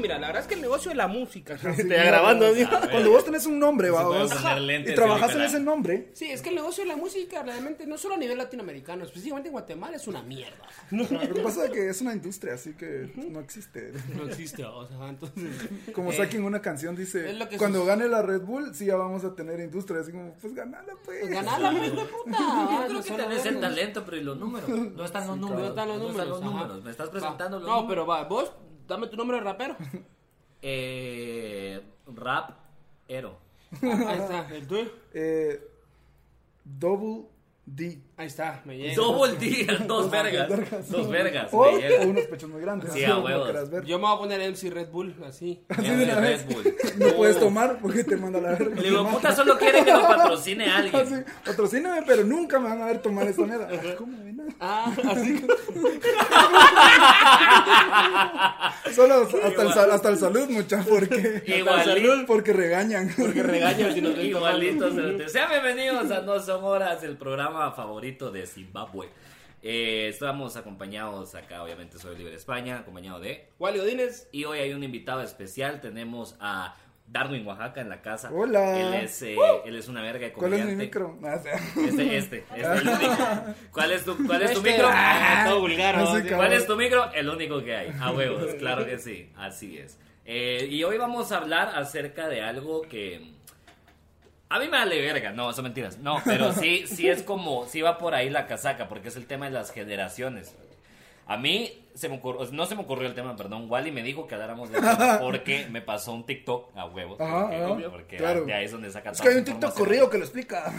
mira, la verdad es que el negocio de la música. ¿no? Sí, Te mira, grabando, güey. ¿sí? A ver. Cuando vos tenés un nombre, Se va, pueden vos, poner ajá, lentes y de trabajas en literal. ese nombre, Sí, es que el negocio de la música realmente no solo a nivel latinoamericano, específicamente en Guatemala es una mierda. lo que pasa es que es una industria, así que no existe. No existe, o sea, entonces. Como Eh, saquen una canción, dice, es lo que cuando sus- gane la Red Bull, sí ya vamos a tener industria. Así como, pues ganala, pues. Pues ganarla, pues, de puta. Ah, Yo creo no que solo tal vez el eso. talento, pero y los números. No están los números. No están los números. los ajá. números. Me estás pues, Va. presentando los No, números. pero va, vos, dame tu nombre de rapero. Eh, rap, ero. Ahí está, el tuyo. Eh, Double D. Ahí está, me llega. Double D, dos vergas. vergas. Dos vergas. Oh. O, me llega. o unos pechos muy grandes. Sí, así a como huevos. quieras ver. Yo me voy a poner MC Red Bull, así. Es de Red Bull. No puedes tomar porque te manda la verga. El hijo puta solo quiere que lo patrocine Así, alguien. patrocíname, pero nunca me van a ver tomar esta mierda. Ah, ¿Cómo de nada? Ah, así. Solo hasta el, sal- hasta el salud, mucha, porque, Igualito. porque regañan. Porque regaño si nos ven Igualitos. cerote. Sean bienvenidos a No Son Horas, el programa favorito de Zimbabue. Eh, estamos acompañados acá, obviamente, soy Libre España, acompañado de. Wally Odines. Y hoy hay un invitado especial. Tenemos a Darwin Oaxaca en la casa. Hola. ¡Uh! Él es, eh, él es una verga de ¿Cuál es mi comediante. micro? Ah, o sea, Este, este, este, el único. ¿Cuál es tu, cuál es tu Este, micro? ah, todo vulgar, no ¿no? sé Así. qué- ¿Cuál es tu micro? El único que hay. A huevos, claro que sí. Así es. Eh, y hoy vamos a hablar acerca de algo que. A mí me vale verga, no, son mentiras. No, pero sí, sí es como, sí va por ahí la casaca, porque es el tema de las generaciones. A mí se me ocurrió, no se me ocurrió el tema, perdón. Wally me dijo que habláramos de tema porque me pasó un TikTok a huevos. Ajá, porque, ajá, porque claro. de ahí es donde saca Es toda que hay su un TikTok información. corrido que lo explica.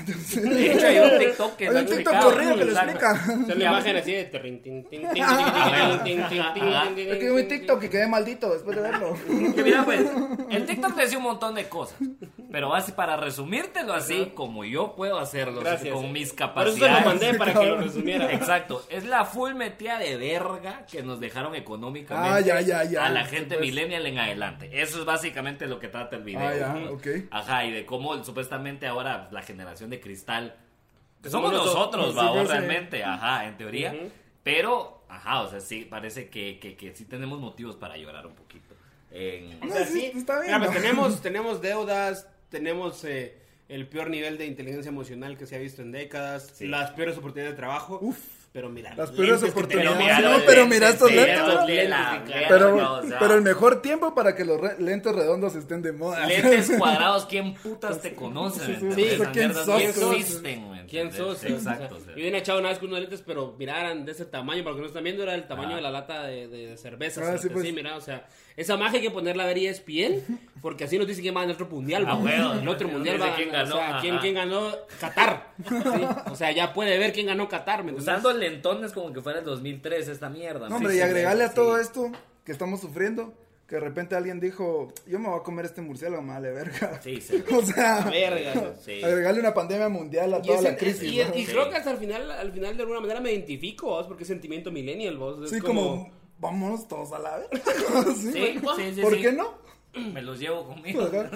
De hecho, hay un TikTok que Hay lo un han TikTok Ah, ubicado. corrido que lo Exacto. explica. Es la imagen así de terrin, tin, tin, tin, tin, Ajá. tin, tin, tin, tin, tin, tin, Es que hay un TikTok que quedé maldito después de verlo. Que mira, pues, el TikTok decía un montón de cosas. Pero así, para resumírtelo así, como yo puedo hacerlo, así, Gracias. con mis Por eso se capacidades. lo mandé para que lo resumiera. Exacto, es la full metida de verga que nos dejaron económicamente Ah, ya, ya, ya. a la gente Pues- millennial en adelante. Eso es básicamente lo que trata el video. Ah, ya, Ujú. ok. Ajá, y de cómo supuestamente ahora pues, la generación de cristal pues, Que somos somos nosotros, nosotros, va, sí, vos pues, sí. realmente, ajá, en teoría. Ujú. Pero, ajá, o sea, sí, parece que, que, que sí tenemos motivos para llorar un poquito. En- O sea, No, sí, sí. está bien, Mira, pues, ¿no? tenemos, tenemos deudas, tenemos eh, el peor nivel de inteligencia emocional que se ha visto en décadas, Sí. las peores oportunidades de trabajo. Uf. pero mira, Las los peores lentes que oportunidades. tenemos. No, los pero mira estos sí, lentes, estos ¿no? lentes, la- Pero- verga, Pero, o sea, pero el mejor tiempo para que los re- lentes redondos estén de moda. Lentes pues, cuadrados, ¿quién putas te Sí, conoce? sí, ¿entendés? sí. Esas ¿Quién mierdas sos? ni ¿Quién sos? existen, güey, ¿Quién ¿entendés? sos? Exacto. O sea, o sea. yo venía echado una vez con unos lentes, pero miraran de ese tamaño, para los que no están viendo, era el tamaño Ah. de la lata de, de cerveza. Ah, o sea, sí, pues. sí, mira, o sea, esa magia hay que ponerla a ver E ESPN, porque así nos dicen quién va a ganar otro mundial. Ah, güey. bueno, el otro nos mundial va a dice quién ganar, ganó, o sea, quién, ajá. quién ganó Qatar. ¿sí? O sea, ya puede ver quién ganó Qatar, ¿me entiendes? Usando lentones como que fuera el 2003 esta mierda. No, hombre, Sí, y sí, agregarle sí. a todo esto que estamos sufriendo, que de repente alguien dijo, yo me voy a comer este murciélago, madre verga. Sí, sí. O sea, Verga. sí. agregarle una pandemia mundial a Y, toda es la el- crisis. y, ¿no? y Sí. creo que hasta al final, al final de alguna manera me identifico, vos, porque es sentimiento millennial, vos. Es Sí, como, vámonos todos a la verga. sí, Sí, ¿por- sí, sí, ¿Por sí. qué no? Me los llevo conmigo. Ajá.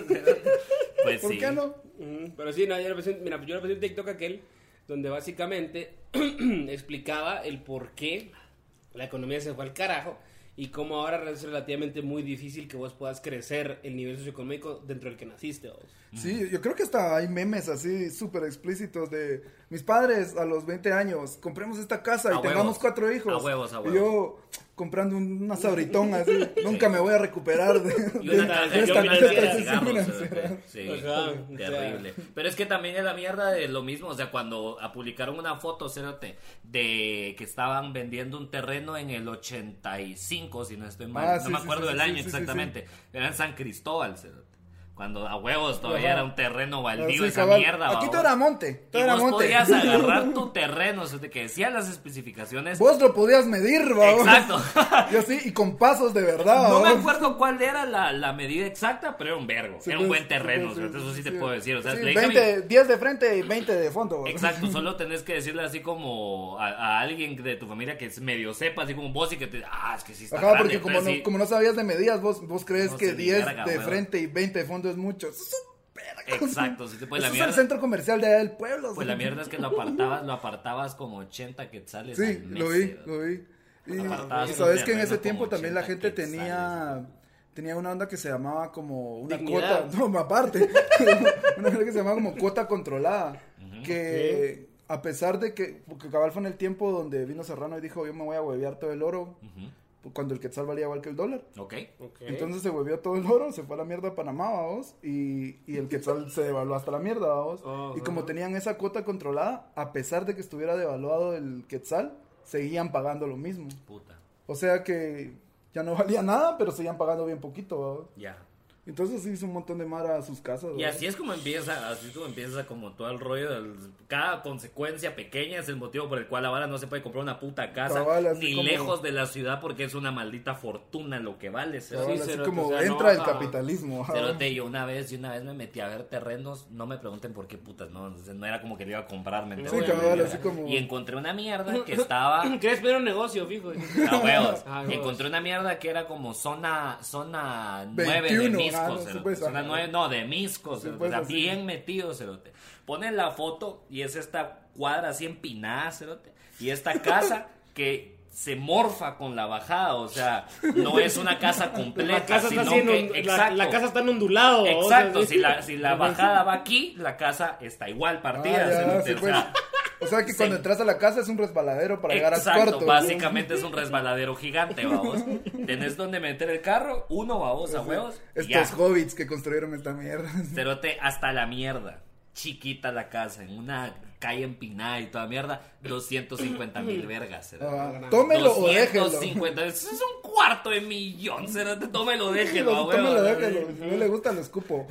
Pues ¿Por sí. qué no? Ujú, Pero sí, no, yo le pasé, mira, pues yo le pasé un TikTok aquel donde básicamente explicaba el por qué la economía se fue al carajo y cómo ahora es relativamente muy difícil que vos puedas crecer el nivel socioeconómico dentro del que naciste. vos. Sí, yo creo que hasta hay memes así súper explícitos de mis padres a los 20 años, compremos esta casa A y tengamos huevos. cuatro hijos. A huevos, a Y yo comprando un- una sabritón así, nunca me voy a recuperar de, Y de- una de caja esta financiera mierda, de sí, cigarros. financiera. ¿verdad? Sí, Ajá, o sea. terrible. Pero es que también es la mierda de lo mismo. O sea, cuando ah, publicaron una foto, cérate, de que estaban vendiendo un terreno en el 85, si no estoy mal. Ah, no sí, me sí, acuerdo sí, del sí, año sí, sí, exactamente. Era en San Cristóbal, cérate. Cuando a huevos todavía Ajá. era un terreno Así, baldío esa cabal. mierda. Aquí babos. todo era monte, todo Y era vos monte. podías agarrar tu terreno, o sea, de que decían las especificaciones. Vos lo podías medir, babos. Exacto. Y así, y con pasos de verdad, No me babos. acuerdo cuál era la, la medida exacta, pero era un vergo. Sí, era un pues, buen terreno, sí, o sea, sí, eso sí te sí. puedo decir. O sea, Sí, le dije a mi- 20, 10 de frente y 20 de fondo, babos. Exacto, solo tenés que decirle así como a, a alguien de tu familia que es medio sepa, así como vos y que te... Ah, es que sí está Ajá, grande, porque como entonces no, sí. como no sabías de medidas, vos, vos crees No que sé, ni 10 verga, de weón. frente y 20 de fondo es mucho. Eso es un verga. Exacto, sí, pues, la Eso es mierda- el centro comercial de allá del pueblo. Pues sí. la mierda es que lo apartabas, lo apartabas como 80 quetzales Sí, al mes, eh, lo vi, ¿verdad? lo vi. Y, Apartabas y un sabes que en terreno ese como tiempo también la 80 gente quetzales. tenía tenía una onda que se llamaba como una Dignidad. cuota, no, aparte, una onda que se llamaba como cuota controlada, que a pesar de que, porque cabal fue en el tiempo donde vino Serrano y dijo, yo me voy a huevear todo el oro, cuando el quetzal valía igual que el dólar. Ok. Ok. Entonces se volvió todo el oro, se fue a la mierda a Panamá, vamos, y, y el quetzal se devaluó hasta la mierda, vamos. Ajá. Y como tenían esa cuota controlada, a pesar de que estuviera devaluado el quetzal, seguían pagando lo mismo. Puta. O sea que ya no valía nada, pero seguían pagando bien poquito, vamos. Ya. Entonces se hizo un montón de mar a sus casas. Y vamos. así es como empieza, así es como empieza como todo el rollo, del- cada consecuencia pequeña es el motivo por el cual ahora no se puede comprar una puta casa Cabal, así ni como- lejos de la ciudad porque es una maldita fortuna lo que vale. ese Cabal, Sí, así cerote, como o sea, no entra vas el a- capitalismo. ajá. Cerote, yo una vez, yo una vez me metí a ver terrenos, no me pregunten por qué putas, no, entonces, no era como que le iba a comprar, ¿me entiendes? Sí, cabal, así como- Y encontré una mierda que estaba Ah, ¿Crees pero un negocio, fijo? A huevos. Ah, huevos. Encontré una mierda que era como zona, zona 9 de 21, ah, Misco, no, cerote. sí, pues, zona ajá. 9, no, de Misco, cerote. pues, o sea, así. bien metido, cerote. Ponen la foto y es esta cuadra así empinada, cerote. Y esta casa que se morfa con la bajada, o sea, no es una casa completa, La casa, sino está así en que, un- la- exacto, la casa está en ondulado. o sea, exacto, sí. si la, si la bajada va aquí, la casa está igual partida, Ah, ya, cerote, sí, o pues. sea, O sea que Sí. cuando entras a la casa es un resbaladero para llegar a Exacto, corto. básicamente es un resbaladero gigante, vamos. Tenés donde meter el carro, uno, vamos, a huevos. y Estos ya. hobbits que construyeron esta mierda. Cerote hasta la mierda. Chiquita la casa, en una calle empinada y toda mierda. 250 mil vergas, cerote. Ah, tómelo o déjelo. 250, eso es un cuarto de millón, cerote, tómelo, déjelo, a Los- tómelo, huevos. déjalo. Si no le gusta, lo escupo.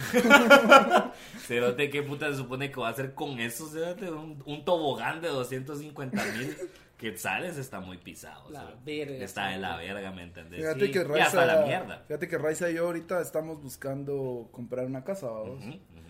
Cerote, ¿qué puta se supone que va a hacer con eso? Cerote, un, un tobogán de 250 mil quetzales está muy pisado. La cerote. verga. Está de la verga, ¿me entendés? Fíjate que Ya está Raiza. la mierda. Fíjate que Raiza y yo ahorita estamos buscando comprar una casa, vamos.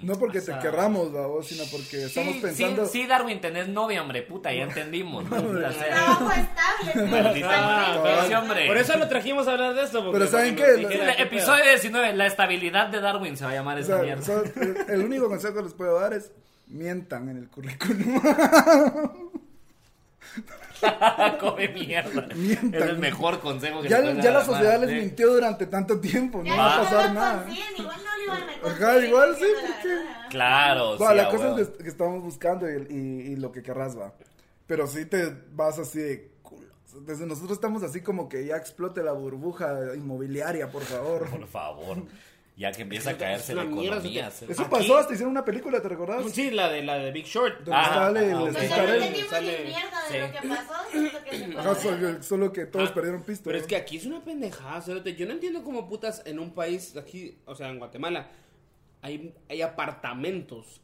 No porque te querramos, vamos, sino porque estamos sí, pensando. sí, sí, Darwin, tenés novia, hombre, puta, ya entendimos. ¿no? O sea, Trabajo estable. Maldita Ah, madre, sí, hombre. Por eso lo trajimos a hablar de esto. porque Pero ¿saben para nos qué? dijera el qué Episodio 19, la estabilidad de Darwin se va a llamar o esa sea, mierda. so- el- el único consejo que les puedo dar es mientan en el currículum. Come mierda. Mientan. Es el mejor consejo que ya, se puede ya dar a la sociedad madre. les mintió durante tanto tiempo, no Ya va a no pasar lo nada. consiguen, Igual no lo iban a conseguir. Ajá, igual sí, diciendo la pues, porque- verdad. Claro, Va, sí, la a cosa huevo. es que, que estamos buscando y, y- y lo que querrás va. Pero si te vas así de culo. Entonces nosotros estamos así como que ya explote la burbuja inmobiliaria, por favor. Por favor. Ya que empieza a Es una caerse la mierda, economía. eso cerote. Eso pasó, hasta hicieron una película, ¿te recordás? Pues Sí, la de, la de Big Short. Ah, Donde Ajá, O Pues, sale el ajá, ok. sea, no Scarel. entendimos ni Sale- mierda de sí. lo que pasó. siento que se Ajá, fue. solo, solo que todos perdieron pisto. Ah, Pero ¿no? es que aquí es una pendejada, cerote. Yo no entiendo cómo putas en un país, aquí, o sea, en Guatemala, hay, hay apartamentos,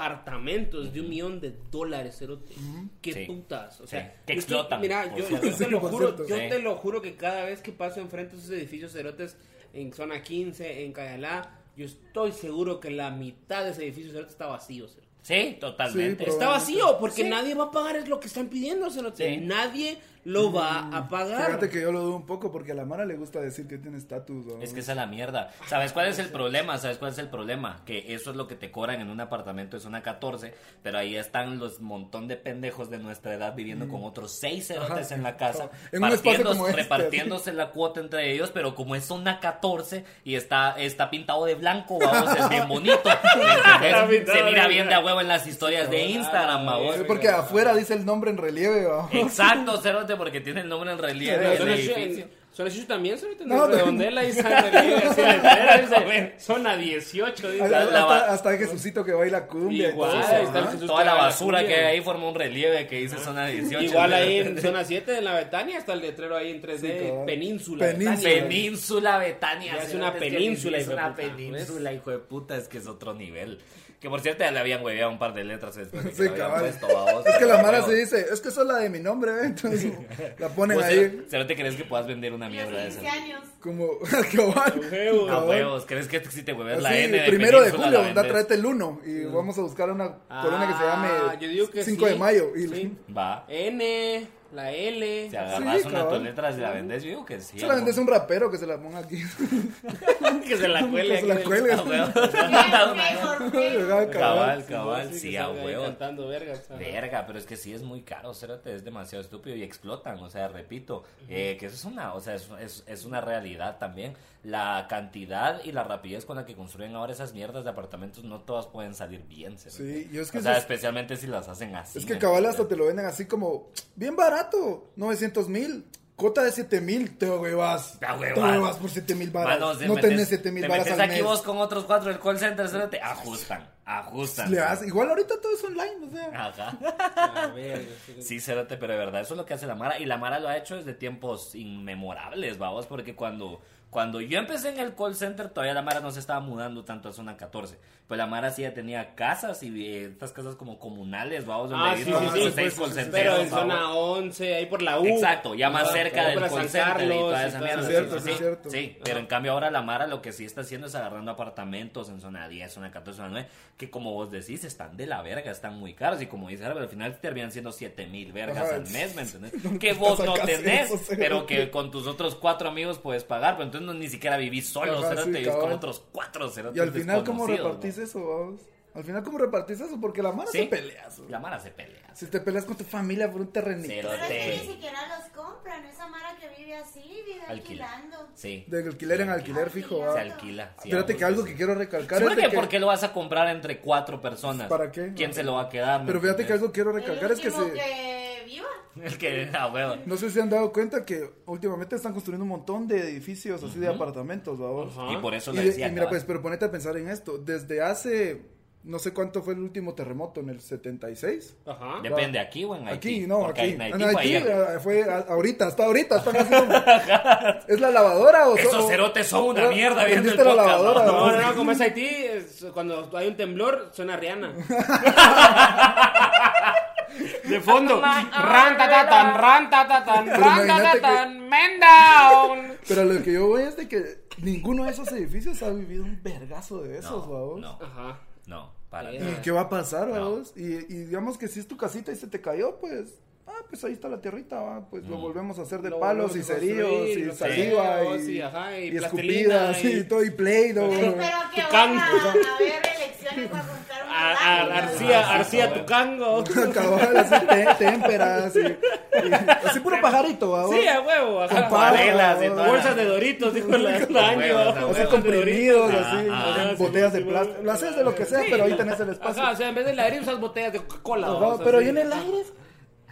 apartamentos de un millón de dólares, cerote. Qué Sí. putas, o Sí, sea. que yo estoy- explotan, Mira, por yo, cierto. yo te lo Sí, por juro, cierto. yo Sí. te lo juro que cada vez que paso enfrente de esos edificios cerotes en zona 15, en Cayalá, yo estoy seguro que la mitad de ese edificio cerote está vacío, cerote. Sí, totalmente. Sí, Está vacío porque Sí. nadie va a pagar es lo que están pidiendo, cerote. Sí. Nadie lo va a pagar. Fíjate que yo lo dudo un poco porque a la Mara le gusta decir que tiene estatus. ¿no? Es que esa es la mierda. ¿Sabes cuál es el problema? ¿Sabes cuál es el problema? Que eso es lo que te cobran en un apartamento de zona 14, pero ahí están los montón de pendejos de nuestra edad viviendo con otros seis cerotes en la casa, Ajá. Mm. En un espacio partiéndose- como este, repartiéndose la cuota entre ellos, pero como es zona 14 y está, está pintado de blanco, vamos, es bien bonito. ¿me Está entendés? pintado Se de mira bien de a blanco. huevo en las historias de Instagram, vamos. Sí, porque afuera dice el nombre en relieve. ¿no? Exacto, cerote, porque tiene el nombre en relieve Pero del Zona Shoe- edificio. en- Zona Shoe también se ahorita No, no, no. redondela y San Relieve, así, la entera, dice, Zona 18, dice. Hasta, la- hasta, hasta Jesucito que baila cumbia. y Pues Igual, todo eso, ahí está ¿no? el Jesús Toda la Clara basura que Cumbia. hay ahí forma un relieve que dice zona 18. Igual ahí en Zona 7 de la Betania está el letrero ahí en 3D, Sí, cabrón. Península. Península. Betania. Península Betania. Ya es cerote, una es que península, Es hijo de una puta. península, hijo de puta. Es que es otro nivel. Que por cierto, ya le habían hueveado un par de letras después de que Sí, lo habían cabal. puesto babos, Es que la pero Mara bueno. Pues, se dice, es que esa es la de mi nombre, ¿eh? Entonces la ponen Vos, ahí Cerote, ¿crees que puedas vender una mierda Los de esas? 15 años. como cabal. huevo. A cabal. huevos, ¿crees que si te hueves la Así, N de primero de península, julio, la da vendes? tráete el 1 y vamos a buscar una Ah, corona que se yo llame digo que 5 sí. de mayo. Y Sí. Va. N, la L. Si agarras una de tus cabal. letras y la vendes, yo digo que sí. se la vendes a amor. un rapero que se la ponga aquí. que se la cuele. que se la aquí. cuelgue. A huevos. Mejor que- Cabal, Cabal, Sí, cabal, sí, sí, que a salga ahí huevos. Cantando vergas. ajá. Verga, pero es que sí es muy caro, Cerote, es demasiado estúpido y explotan, o sea, repito, eh, que eso es una, o sea, es, es- es una realidad también. la cantidad y la rapidez con la que construyen ahora esas mierdas de apartamentos, no todas pueden salir bien. ¿se Sí, entiende? yo es que o sea, eso es- especialmente si las hacen así. Es que ¿me cabal entiendes? hasta te lo venden así como, bien barato, 900 mil. Cota de 7 mil, te huevas. Te huevas. Te huevas por 7 mil baras. Mano, te no metes- tenés 7 mil te baras metes al aquí mes. vos con otros cuatro del call center, solo te ajustan, ajustan. Le das- igual ahorita todo es online, o sea. Ajá. A ver, Sí, Cerote, pero de verdad, eso es lo que hace la Mara. Y la Mara lo ha hecho desde tiempos inmemorables, vamos, porque cuando, cuando yo empecé en el call center, todavía la Mara no se estaba mudando tanto a zona 14. Pues la Mara sí ya tenía casas y eh, estas casas como comunales, vamos, donde Ah, sí, vivían sí, los sí, seis pues, sí, sí, call Pero en centeros, babos. zona 11, ahí por la Uh, U. Exacto, ya más Ajá, cerca ahí del por la call San center y toda Carlos esa y mierda. es sí, cierto, sí, sí, es sí. cierto. Sí, pero en cambio ahora la Mara lo que sí está haciendo es agarrando apartamentos en zona 10, zona 14, zona 9, que como vos decís, están de la verga, están muy caros. Y como dice Herbert, al final terminan siendo 7 mil vergas Ajá. al mes, ¿me entendés? ¿Dónde Que putas vos no sacas tenés, eso, sí? pero que con tus otros cuatro amigos puedes pagar. Pero entonces no, ni siquiera vivís solo, Ajá, cerote, sí, vivís con cabal. otros cuatro cerotes Y al final, ¿cómo desconocidos, repartís ¿no? eso, vamos? Al final, ¿cómo repartís eso? Porque la mano Sí. se pelea. eso. La Mara se pelea. Si te peleas con tu familia por un terrenito. Cero. Pero es que Sí. ni siquiera los compran. Esa Mara que vive así, vive Alquila. alquilando. Sí. De alquiler en alquiler, fijo. Se ¿va? Se alquila. sí, Fíjate a que huevo, algo sí. que quiero recalcar Sí, es porque de que- ¿Por qué lo vas a comprar entre cuatro personas? ¿Para qué? ¿Quién se lo va a quedar? Pero fíjate que algo quiero El recalcar es que último se... que viva. El que, ah, huevo. No sé si han dado cuenta que últimamente están construyendo un montón de edificios así de apartamentos, ¿vamos? Ajá. Y por eso Y, le de- decía. y mira, cabal. pues, pero ponete a pensar en esto. Desde hace, no sé cuánto fue el último terremoto, en el 76. Ajá. Depende aquí o en Haití. Aquí, no, porque aquí. En En Haití, Haití, fue ayer. eh, fue a- ahorita, hasta ahorita. Están haciendo... ¿Es la lavadora o Esos o- cerotes son una o- mierda viendo el prendiste la podcast, lavadora, ¿no? No, no, ¿verdad? no, como es Haití, es- cuando hay un temblor suena Rihanna. De fondo. ran ta tan, ran ta tan, Pero ran, ta, ta, imagínate que- tan, men Pero lo que yo voy es de que ninguno de esos edificios ha vivido un vergazo de esos, No, vamos. no, Ajá. no, para Eh, nada. ¿Y qué va a pasar, No. vamos? Y, y digamos que si es tu casita y se te cayó, pues. Ah, pues ahí está la tierrita, va, pues Mm. lo volvemos a hacer de Lo palos volvemos y a construir, cerillos y los saliva cerillos, y, y ajá, y y plastilina, escupidas y... y- todo y play Pero que Tucán. van a haber elecciones para comprar un A- a- Ah, lugar. Arcía, Arcía Tucango. Cabal, así te- témperas y, y- así puro pajarito, va. Sí, a huevo. ajá. Con papas, Acuarelas y toda la- Bolsas de Doritos, dijo la la A Angie, huevo, ¿va? a o huevo. sea, Bolsas de Doritos. comprimidos, Ajá, así, ajá, en Ah, sí, botellas de sí, plástico. bueno. Lo haces de lo que sea, Sí. pero ahí tenés el espacio. Ajá, o sea, en vez de ladrillos usas botellas de Coca-Cola. Ajá, o sea, pero sí. ahí en el aire,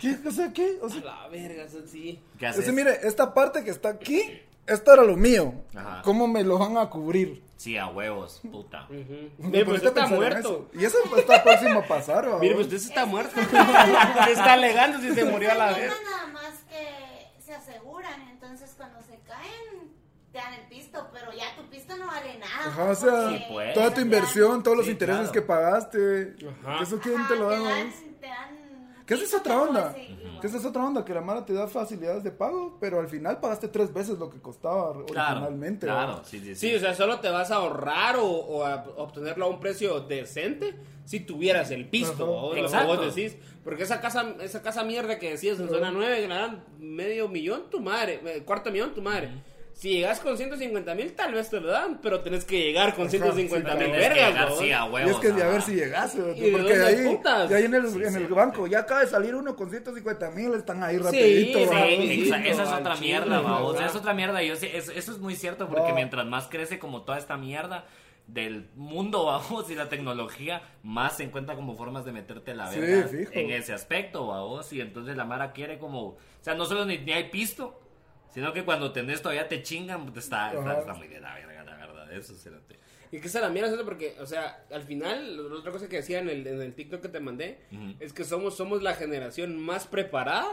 ¿qué? O sea, ¿qué? O sea, La verga, o sea, sí. ¿Qué O sea, haces? mire, esta parte que está aquí, esto era lo mío. Ajá. ¿Cómo me lo van a cubrir? Sí, a huevos, puta. Mire, pues Ponete usted a está pensar en muerto. eso. Y eso está próximo a pasar, ¿va? Mire, pues usted sí está muerto. Se está alegando si se murió a la Hay verga. unas nada más que se aseguran, entonces cuando se caen te dan el pisto, pero ya tu pisto no vale nada. Ajá, o sea, porque- Sí, pues. toda tu inversión, todos los Sí, intereses claro. que pagaste, Ajá. ¿eso quién Ajá, te lo da? dan- vos? te dan ¿Qué es pisto, esa otra onda? pues, sí, Que esa es otra onda, que la mara te da facilidades de pago, pero al final pagaste tres veces lo que costaba Claro, originalmente. ¿va? claro, sí, sí, sí. Sí, o sea, solo te vas a ahorrar o, o a obtenerlo a un precio decente si tuvieras el pisto, Ajá. o lo que Exacto. vos decís. Porque esa casa, esa casa mierda que decías en zona 9, que la dan medio millón tu madre, eh, cuarto millón tu madre. Si llegas con 150 mil, tal vez te lo dan, pero tenés que llegar con 150 mil Tienes que llegar, vergas, sí, a ¿no? huevos. y es que de a ajá. ver si llegase, ¿Y de porque dónde ahí, putas? de ahí en el, Sí, en el sí. banco ya acaba de salir uno con 150 mil, están ahí rapidito. Sí, ¿va? Sí, exa- Bonito, esa es otra al chile, mierda, va. O sea, ¿verdad? es otra mierda. Yo sé, eso, eso es muy cierto porque Va. mientras más crece como toda esta mierda del mundo, vamos, y la tecnología, más se encuentra como formas de meterte la Sí, verga fijo. en ese aspecto, vamos. Y entonces la Mara quiere como, o sea, no solo ni, ni hay pisto, sino que cuando tenés todavía te chingan, te está, está, Ajá. está muy de la verga, la verdad. Eso, cerote. Y que esa la mierda, ¿sabes? porque, o sea, al final, la otra cosa que decía en el, en el TikTok que te mandé, Ujú. es que somos, somos la generación más preparada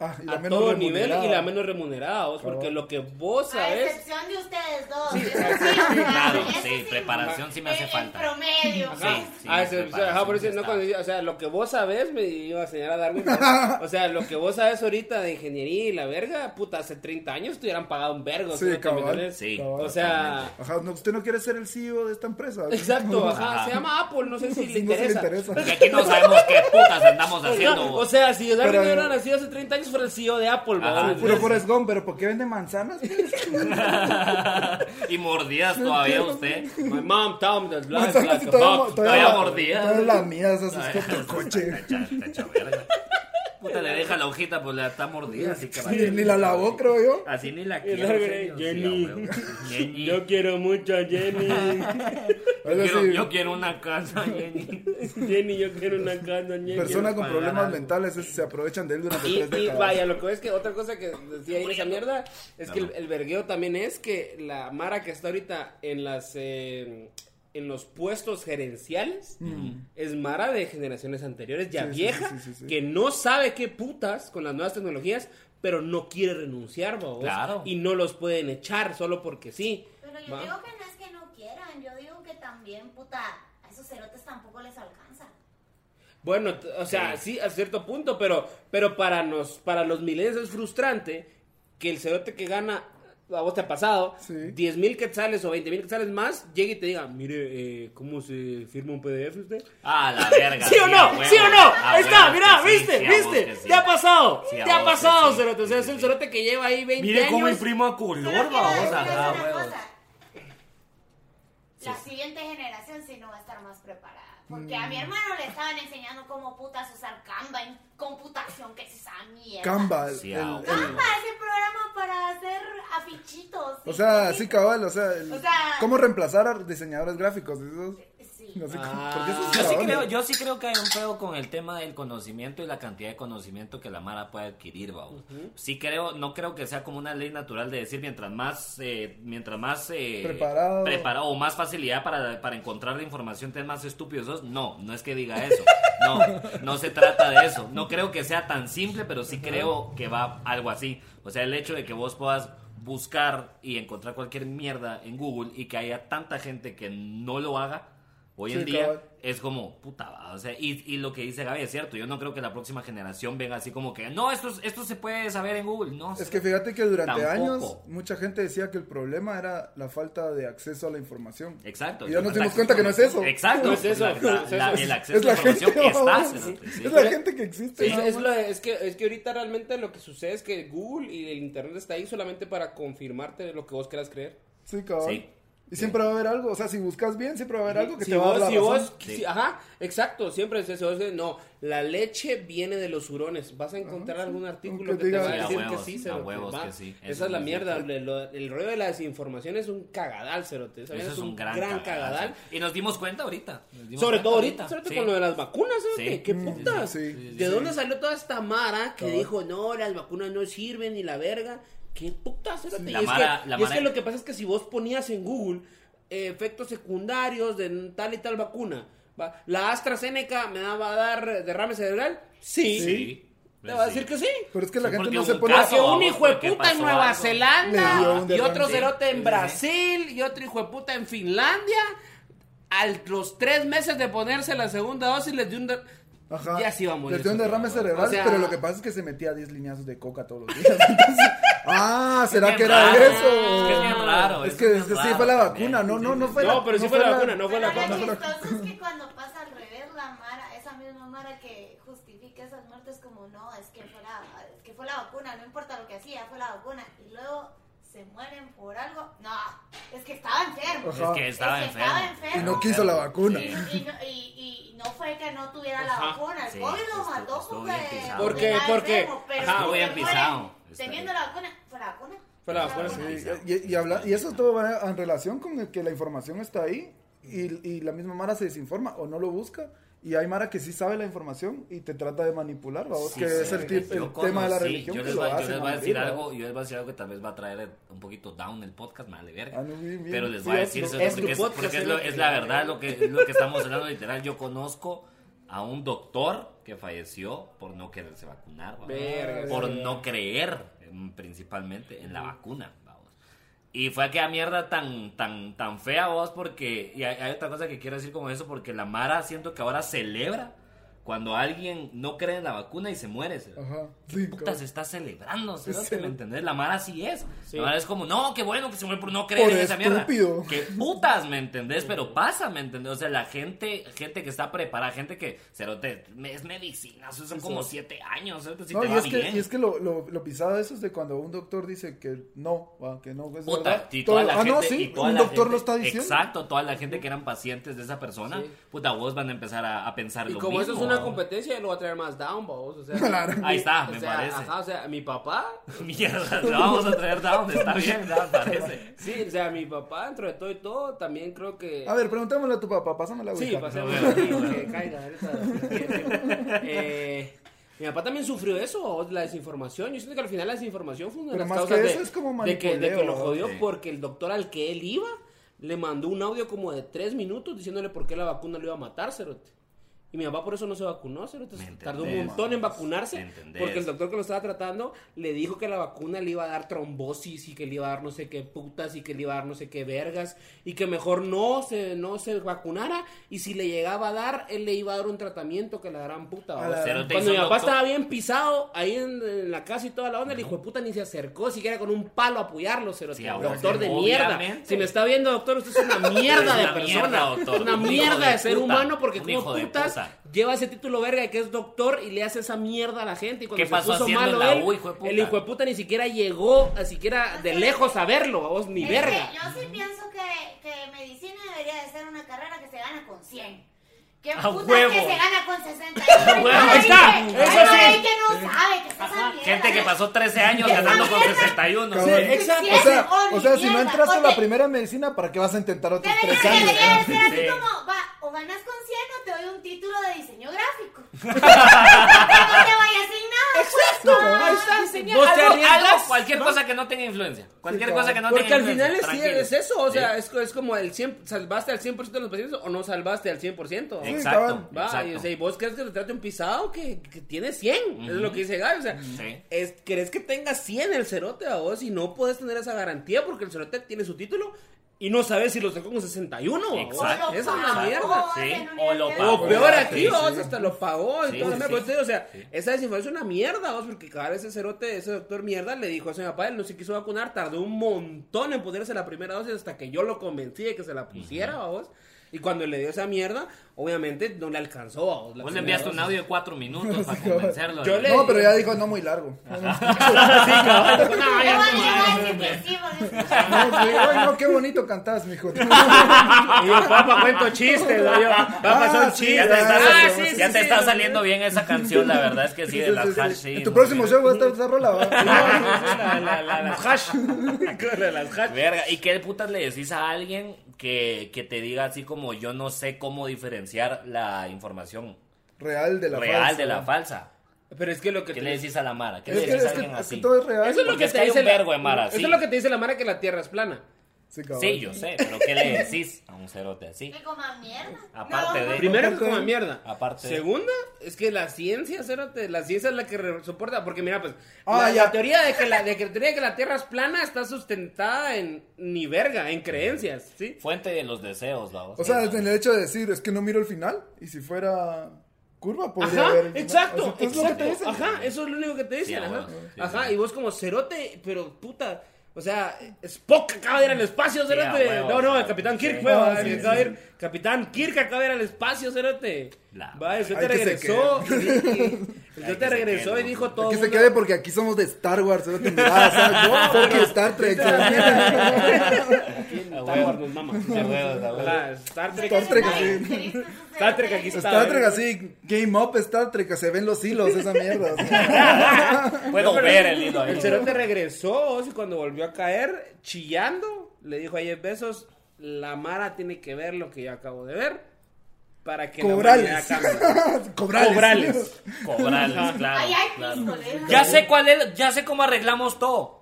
Ah, y la a menos todo remunerada. nivel y la menos remunerada, ¿vos? porque Cabal. lo que vos A sabes... excepción de ustedes dos. Sí, claro, sí, preparación sí me hace en falta. Eh, promedio. Ajá. Sí, sí, ah, me se- se- prepara, ajá, por sí, eso, no, está. cuando decía, o sea, lo que vos sabes, me iba a enseñar a Darwin. o sea, lo que vos sabes ahorita de ingeniería y la verga, puta, hace 30 años te hubieran pagado un vergo. Sí, ¿no? ¿Te cabal. entiendes? Sí, O sea, Ajá, no, usted no quiere ser el CEO de esta empresa. exacto, ajá, Ajá. se llama Apple, no sé si Sí, le no se interesa. Porque aquí no sabemos qué putas andamos O sea, haciendo. Pues o vos. sea, si Darwin Pero- hubiera nacido hace 30 años, fuera el CEO de Apple, Ajá. ¿verdad? Puro Forrest Gump, pero ¿por qué vende manzanas? y mordidas todavía usted. My mom, Tom, the black, manzanas black, y box. todavía todavía mordida. Todavía lamidas, asustó tu Está coche. hecha- está hecha verga. Puta, le deja la hojita, pues la está mordida, así que vaya. ni la lavó, creo yo. Así ni la Y quiero, luego, en eh, serio. Sí, Jenny. a huevo. Jenny. Yo quiero mucho a Jenny. Yo Algo quiero, así. yo quiero una casa, Jenny. Jenny, yo quiero una casa, Jenny. Personas con pagar problemas algo. mentales es- se aprovechan de él durante Y, tres y décadas. vaya, lo que es que otra cosa que decía ahí de esa mierda es que No, el, no. el vergueo también es que la Mara que está ahorita en las eh, en los puestos gerenciales es Mara de generaciones anteriores, ya Mm. Sí, sí, vieja, sí, sí, sí, sí. que no sabe qué putas con las nuevas tecnologías, pero no quiere renunciar, babos, Claro. y no los pueden echar solo porque sí. Pero yo ¿va? digo que no es que no quieran, yo digo que también, puta, a esos cerotes tampoco les alcanza. Bueno, t- o sea, sí. a cierto punto, pero, pero para nos, para los milenios es frustrante que el cerote que gana, a vos te ha pasado, Sí. 10 mil quetzales o 20 mil quetzales más, llegue y te diga, mire, eh, ¿cómo se firma un PDF usted? Ah, la verga. ¿Sí o a no? huevo. ¿Sí o no? A Ahí está, huevo mira, que sí, viste, sí, a huevo viste, que sí. te ha pasado, Sí, a te ha vos que pasado, sí. cerote, o sea, es un cerote que lleva ahí 20 Mire cómo años. imprimo a Ah, color, Solo quiero vamos decirles acá, una huevos. cosa. La Sí. siguiente generación sí no va a estar más preparada. Porque a mi Mm. hermano le estaban enseñando cómo putas usar Canva en computación, que es esa mierda. Canva. Sí, el- ah, el- Canva es el programa para hacer afichitos. o sea, sí, sí, cabal. O sea, el- O sea- ¿cómo reemplazar a diseñadores gráficos? Esos- Sí. no sé cómo- Ah. porque esos Yo sí, cabrones- creo, yo sí creo que hay un pedo con el tema del conocimiento y la cantidad de conocimiento que la Mara puede adquirir, vamos. Sí creo, no creo que sea como una ley natural de decir mientras más, eh, mientras más eh, Preparado. prepara- o más facilidad para, para encontrar la información, te más estúpidos sos. No, no es que diga eso. No, no se trata de eso. No creo que sea tan simple, pero sí creo que va algo así. O sea, el hecho de que vos puedas buscar y encontrar cualquier mierda en Google y que haya tanta gente que no lo haga hoy en Sí, día cabal. es como, puta, va, o sea, y, y lo que dice Gaby es cierto, yo no creo que la próxima generación venga así como que, no, esto, es- esto se puede saber en Google, no. Es que fíjate que durante Tampoco. años mucha gente decía que el problema era la falta de acceso a la información. Exacto. Y ya nos El dimos acceso- cuenta que no es eso. Exacto. No es eso, la- la- es eso. la- el acceso es a la la información gente, está. vamos. cerote, sí. es la gente que existe. Es, ¿no? es lo- es que, es que ahorita realmente lo que sucede es que Google y el Internet está ahí solamente para confirmarte lo que vos quieras creer. Sí, cabrón. Sí. Y siempre va a haber algo, o sea, si buscas bien, siempre va a haber algo que si te va a vos, dar si la vos, razón. Sí. si- ajá, exacto, siempre es eso, es- no, la leche viene de los hurones, vas a encontrar algún artículo Aunque que te va diga- a Sí, a decir huevos, que sí, a cerote, huevos va. que sí, eso Esa es la es mierda, cierto. le- lo- el rollo de la desinformación es un cagadal, cerote, esa Eso mierda es un gran, cagadal. cagadal. Y nos dimos cuenta ahorita. nos dimos Sobre cuenta todo ahorita, cerote, Sí. con lo de las vacunas, cerote, Sí. qué Mm, putas. sí, sí, ¿De sí. dónde salió toda esta mara que dijo, "No, las vacunas no sirven ni la verga"? Qué putas, cerote. Sí. Y La es que- mara- la y es mara- que lo que pasa es que si vos ponías en Google eh, efectos secundarios de tal y tal vacuna, va, la AstraZeneca me va a dar derrame cerebral, sí, Sí. te va a decir que sí. Pero es que la Sí, gente porque no hubo se un pone caso, Que Pues un vamos, hijo de porque puta en pasó Nueva algo. Le dio Zelanda, un y derrame. otro Sí, cerote sí, en Brasil, y otro hijo de puta en Finlandia. A los tres meses de ponerse la segunda dosis les dio un... der- Ajá. Ya sí vamos. Les dio un derrame cerebral, O sea- pero lo que pasa es que se metía 10 lineazos de coca todos los días. Entonces, ah, ¿será Bien que era raro, eso? Es que es bien raro. Es eso que, bien es que sí raro fue la también. vacuna, no, no, no fue la No, pero sí fue la vacuna, no fue Pero la lo vacuna. chistoso es que cuando pasa al revés, la Mara, esa misma Mara que justifica esas muertes como no, es que fue la, es que fue la vacuna, no importa lo que hacía, fue la vacuna. Y luego se mueren por algo. No, es que estaba enfermo. Ajá. Es que estaba Es que estaba enfermo. Y enfermo. no quiso la vacuna. Sí. Y, y no, y- y no fue que no tuviera Ajá. la vacuna, el Sí, COVID lo estuvo- mató estuvo porque... bien pisado. Porque- estaba porque- enfermo, pero ajá, si estuvo se bien mueren pisado. Está Teniendo la vacuna, fue la vacuna. Fue la vacuna, Sí, y, y habla- y eso todo va en relación con el que la información está ahí y, y la misma Mara se desinforma o no lo busca. Y hay Mara que sí sabe la es y te trata de manipular, vamos, Sí, que sí, es el, güey. tip- el Yo tema de la conocí, religión. Yo que les, lo va- yo hacen les voy a morir, decir ¿va? algo, yo les voy a decir algo que tal vez va a traer un poquito down el podcast, madre verga. Ah, no, bien, bien. Pero les Sí, voy a es decir lo- eso, es porque, tu es, podcast, porque es es lo- lo que- es la verdad lo que, lo que estamos hablando literal. Yo conozco a un doctor que falleció por no quererse vacunar, vamos. Verga, por sí. no creer em, principalmente en la vacuna, vamos. Y fue aquella mierda tan, tan, tan fea, vos, porque. Y hay, hay otra cosa que quiero decir con eso, porque la Mara siento que ahora celebra cuando alguien no cree en la vacuna y se muere. se- Ajá. Ah, Sí, Puta, cabrón. se está celebrando, cerote, Sí. ¿me entendés? La Mara sí es. Sí. La Mara es como, no, qué bueno que se muere por no creer Por en esa mierda. estúpido. Qué putas, ¿me entendés? Pero pasa, ¿me entendés? O sea, la gente, gente que está preparada, gente que, cerote, es medicina, eso son como siete años, cerote, si No, te y va es, que, bien. y es que lo, lo, lo pisado de eso es de cuando un doctor dice que no, va, que no es Puta, verdad. y toda Todo- la ah, gente, no, sí, y toda un la doctor gente- lo está diciendo. Exacto, toda la gente que eran pacientes de esa persona, Sí. puta, vos van a empezar a, a pensar Y lo como mismo. eso es una una competencia, yo lo voy a traer más down, vos. O sea, Ahí está, o me sea, parece. Ajá, o sea, mi papá, Mierda, lo vamos a traer down, está bien, ¿verdad? Parece. sí, o sea, mi papá, dentro de todo y todo, también creo que. A ver, preguntémosle a tu papá, pásame la Sí, Ouija. pasemos No, aquí, bueno. que caiga ahorita. Eh, mi papá también sufrió eso, o la desinformación. Yo siento que al final la desinformación fue una de las Pero más causas que de, eso es como de que, de que lo manipuleo, jodió ¿eh? sí. porque el doctor al que él iba le mandó un audio como de tres minutos diciéndole por qué la vacuna le iba a matar, Cerote. Y mi papá por eso no se vacunó, Cerote. Me Tardó un entendés, montón en mames, vacunarse me entendés. porque el doctor que lo estaba tratando le dijo que la vacuna le iba a dar trombosis y que le iba a dar no sé qué putas y que le iba a dar no sé qué vergas y que mejor no se, no se vacunara y si le llegaba a dar, él le iba a dar un tratamiento que la gran puta. A ¿va? la- Cerote Cuando mi hizo papá doctor- estaba bien pisado ahí en, en la casa y toda la onda, el hijo de puta ni se acercó siquiera con un palo a apoyarlo, cerote. Sí, a huevo, doctor de sí, mierda. obviamente. Si me está viendo, doctor, usted es una mierda de una mierda, persona. doctor. Es una Un hijo mierda de de ser puta. humano porque Un como hijo de putas puta. lleva ese título verga de que es doctor y le hace esa mierda a la gente. Y cuando ¿Qué se pasó puso haciendo malo en la él, U, hijo de puta? el hijo de puta ni siquiera llegó, a siquiera de lejos a verlo, a vos ni Es verga. que yo sí pienso que, que medicina debería de ser una carrera que se gana con 100. ¿Qué ¡A puta huevo! que se gana con 60? huevo, ahí está, Hay eso por ahí sí. que no sabe que está esa mierda. Gente que pasó 13 años ganando con 61. Cabrón. Sí, Sí, exacto. O sea, Oh, o sea, mi si no mierda, entraste a la porque- primera medicina, ¿para qué vas a intentar otros Debería, tres años? debería de ser así Sí. como, va, o ganas con 100 o te doy un título de diseño gráfico. no te vayas sin nada. Exacto, ahí está, señal. Vos te Algo- arriesgas algo- cualquier ¿no? cosa que no tenga influencia. Cualquier claro. cosa que no Porque tenga al influencia. final es, sí, tranquilo. es eso, o Sí. sea, es, es como el 100, salvaste al 100% de los pacientes o no salvaste al 100%. Sí, Exacto. cabrón. Va, y, o exacto. sea, ¿y vos crees que te trate un pisado que, que tiene 100, es lo que dice Gaby, o sea, Sí. es, crees que tenga 100 el cerote a vos y no puedes tener esa garantía porque el cerote tiene su título y no sabes si lo sacó con 61 a vos. Exacto. Esa es Exacto. una mierda. Sí, en o lo universidad. O pagó. peor aquí, Sí, vos, sí. hasta lo pagó y Sí, toda la sí, mierda. sí. Pues, O sea, Sí. esa desinformación es una mierda, vos, porque cada vez ese cerote, ese doctor mierda, le dijo a ese papá, él no se quiso vacunar, tardó un montón en ponerse la primera dosis hasta que yo lo convencí de que se la pusiera, vos. Y cuando le dio esa mierda, obviamente no le alcanzó, vos. la Vos primera le enviaste un dosis. audio de 4 minutos para convencerlo. Yo le- No, pero ya dijo no muy largo. No, Yo ya voy no. a decir que sí, porque es No, sí, ay, no, qué bonito cantás, mijo. Y yo, papá, cuento chistes, ¿no? Yo, papá, son Ah, sí, chistes. Ya te, está, Ah, sí, sí, ya te sí, está sí. saliendo bien esa canción, la verdad es que sí, de las hash. sí, En tu no, próximo mira. show va a estar esa rola. ¿va? La, la, la, la hash. Con las hash. Verga, ¿y qué putas le decís a alguien que, que te diga así como yo no sé cómo diferenciar la información Real de la real falsa. de la falsa? Pero es que lo que ¿Qué te- le decís a la Mara? ¿Qué Es le que, decís a es que- alguien es que así? todo es real. Eso es lo Porque que es que te hay dice un la- vergo de Mara, Eso sí. es lo que te dice la Mara que la Tierra es plana. Sí, cabrón. Sí, yo sé, pero ¿qué le decís a un cerote así? que coma mierda. Aparte No, de- Primero que Aparte- como mierda. aparte- Segunda, es que la ciencia, cérate, la ciencia es la que re- soporta. Porque mira, pues, Ah, la, ya. la teoría de que la, de que la teoría de que la Tierra es plana está sustentada en ni verga, en creencias, ¿sí? Fuente de los deseos, la voz. O sea, en el hecho de decir, es que no miro el final, y si fuera curva, podría Ajá, haber. el final. exacto, O sea, es lo que exacto. te dicen. Ajá, eso es lo único que te dicen. Sí, ajá, bueno, sí, ajá sí. y vos como cerote, pero puta. O sea, Spock acaba de ir al espacio, Sí, a cerote. huevo, no, no, sí. el Capitán Kirk Sí. fue, va, Ah, el sí, que acaba de ir. Capitán Kirk acaba de ir al espacio, cerote. La- Va, el cerote Hay que se regresó. y- y- El Hay que cerote se regresó quede, y dijo todo. Que el se mundo- quede porque aquí somos de Star Wars, no te mirás, o sea, yo, porque Star Trek. Star Wars nos mama. A huevos, a huevos. Ajá, Star Trek. Star Trek, Ay, así. Cristo, eso Star se- Trek, aquí está. Star Trek así, Game Up Star Trek, se ven los hilos, esa mierda. o sea. Puedo pero- ver el hilo ahí. El cerote regresó y cuando volvió a caer, chillando, le dijo a Jeff Bezos, la Mara tiene que ver lo que yo acabo de ver para que Cobrales. la humanidad cambie. Cobrales. Cobrales. Cobrales, claro. Ay, ay, claro. pistoleros. Ya sé cuál es, ya sé cómo arreglamos todo.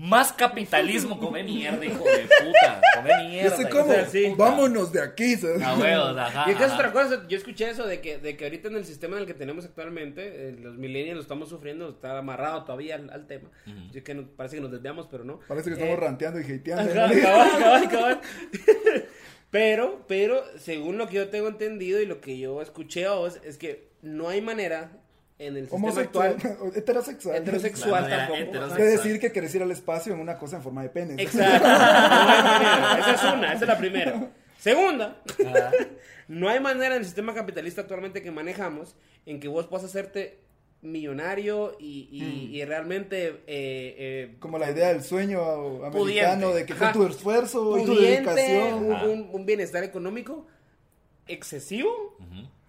Más capitalismo, come mierda, hijo de puta. Come Yo mierda. sé hijo cómo, de puta. vámonos de aquí. Ah. A ¿sabes? huevos, ajá. Y es que es ajá. otra cosa, yo escuché eso de que, de que ahorita en el sistema en el que tenemos actualmente, eh, los millennials lo estamos sufriendo, está amarrado todavía al, al tema. Así que no- parece que nos desviamos, pero no. Parece que Eh, estamos ranteando y hateando. Ajá, cabal, cabal, cabal. Pero, pero, según lo que yo tengo entendido y lo que yo escuché a vos, es que no hay manera en el sistema Homosexual, actual heterosexual. heterosexual La manera tampoco. heterosexual. ajá. De decir que querés ir al espacio en una cosa en forma de pene. Exacto. No hay manera. Esa es una, esa es la primera. Segunda, no hay manera en el sistema capitalista actualmente que manejamos en que vos puedas hacerte millonario y, Mm. y- y realmente eh, eh, Como la idea del sueño ah, americano Pudiente. de que Ajá. con tu esfuerzo y tu pudiente, dedicación. un, Ajá. un- un bienestar económico excesivo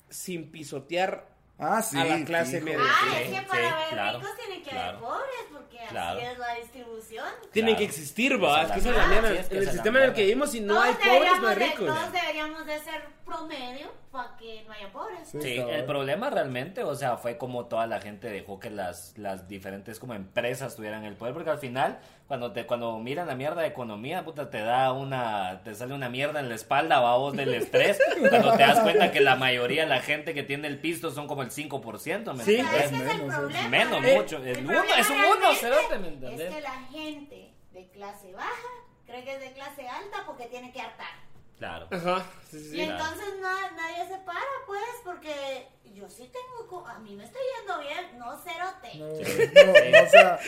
sin pisotear Ah, sí. A la clase fijo. media. Ah, Sí, es que sí, para haber claro, ricos tienen que claro, haber pobres, porque claro. así es la distribución. Tienen Claro. que existir, va. Es Esa que es esa es la la mierda. mierda. Sí, es que En el esa es la sistema en el que mierda. vivimos, si no Todos hay pobres, no deberíamos hay de- ricos. todos deberíamos de ser promedio para que no haya pobres. Sí. Sí, cabrón. el problema realmente, o sea, fue como toda la gente dejó que las, las diferentes como empresas tuvieran el poder, porque al final, cuando te, cuando miran la mierda de economía, puta, te da una, te sale una mierda en la espalda, vamos, del estrés, cuando te das cuenta que la mayoría de la gente que tiene el pisto son como el 5%, ¿me Sí. ¿Sabes qué entiendes? es el menos, es problema? menos, Eh, mucho. Es el uno, problema es un uno, realmente cerote, ¿me entendés? Es que la gente de clase baja cree que es de clase alta porque tiene que hartar. Claro. Ajá. Sí, sí, y sí. claro. entonces na- nadie se para, pues, porque yo sí tengo. co- A mí me estoy yendo bien, no cerote. No, no, no, o sea,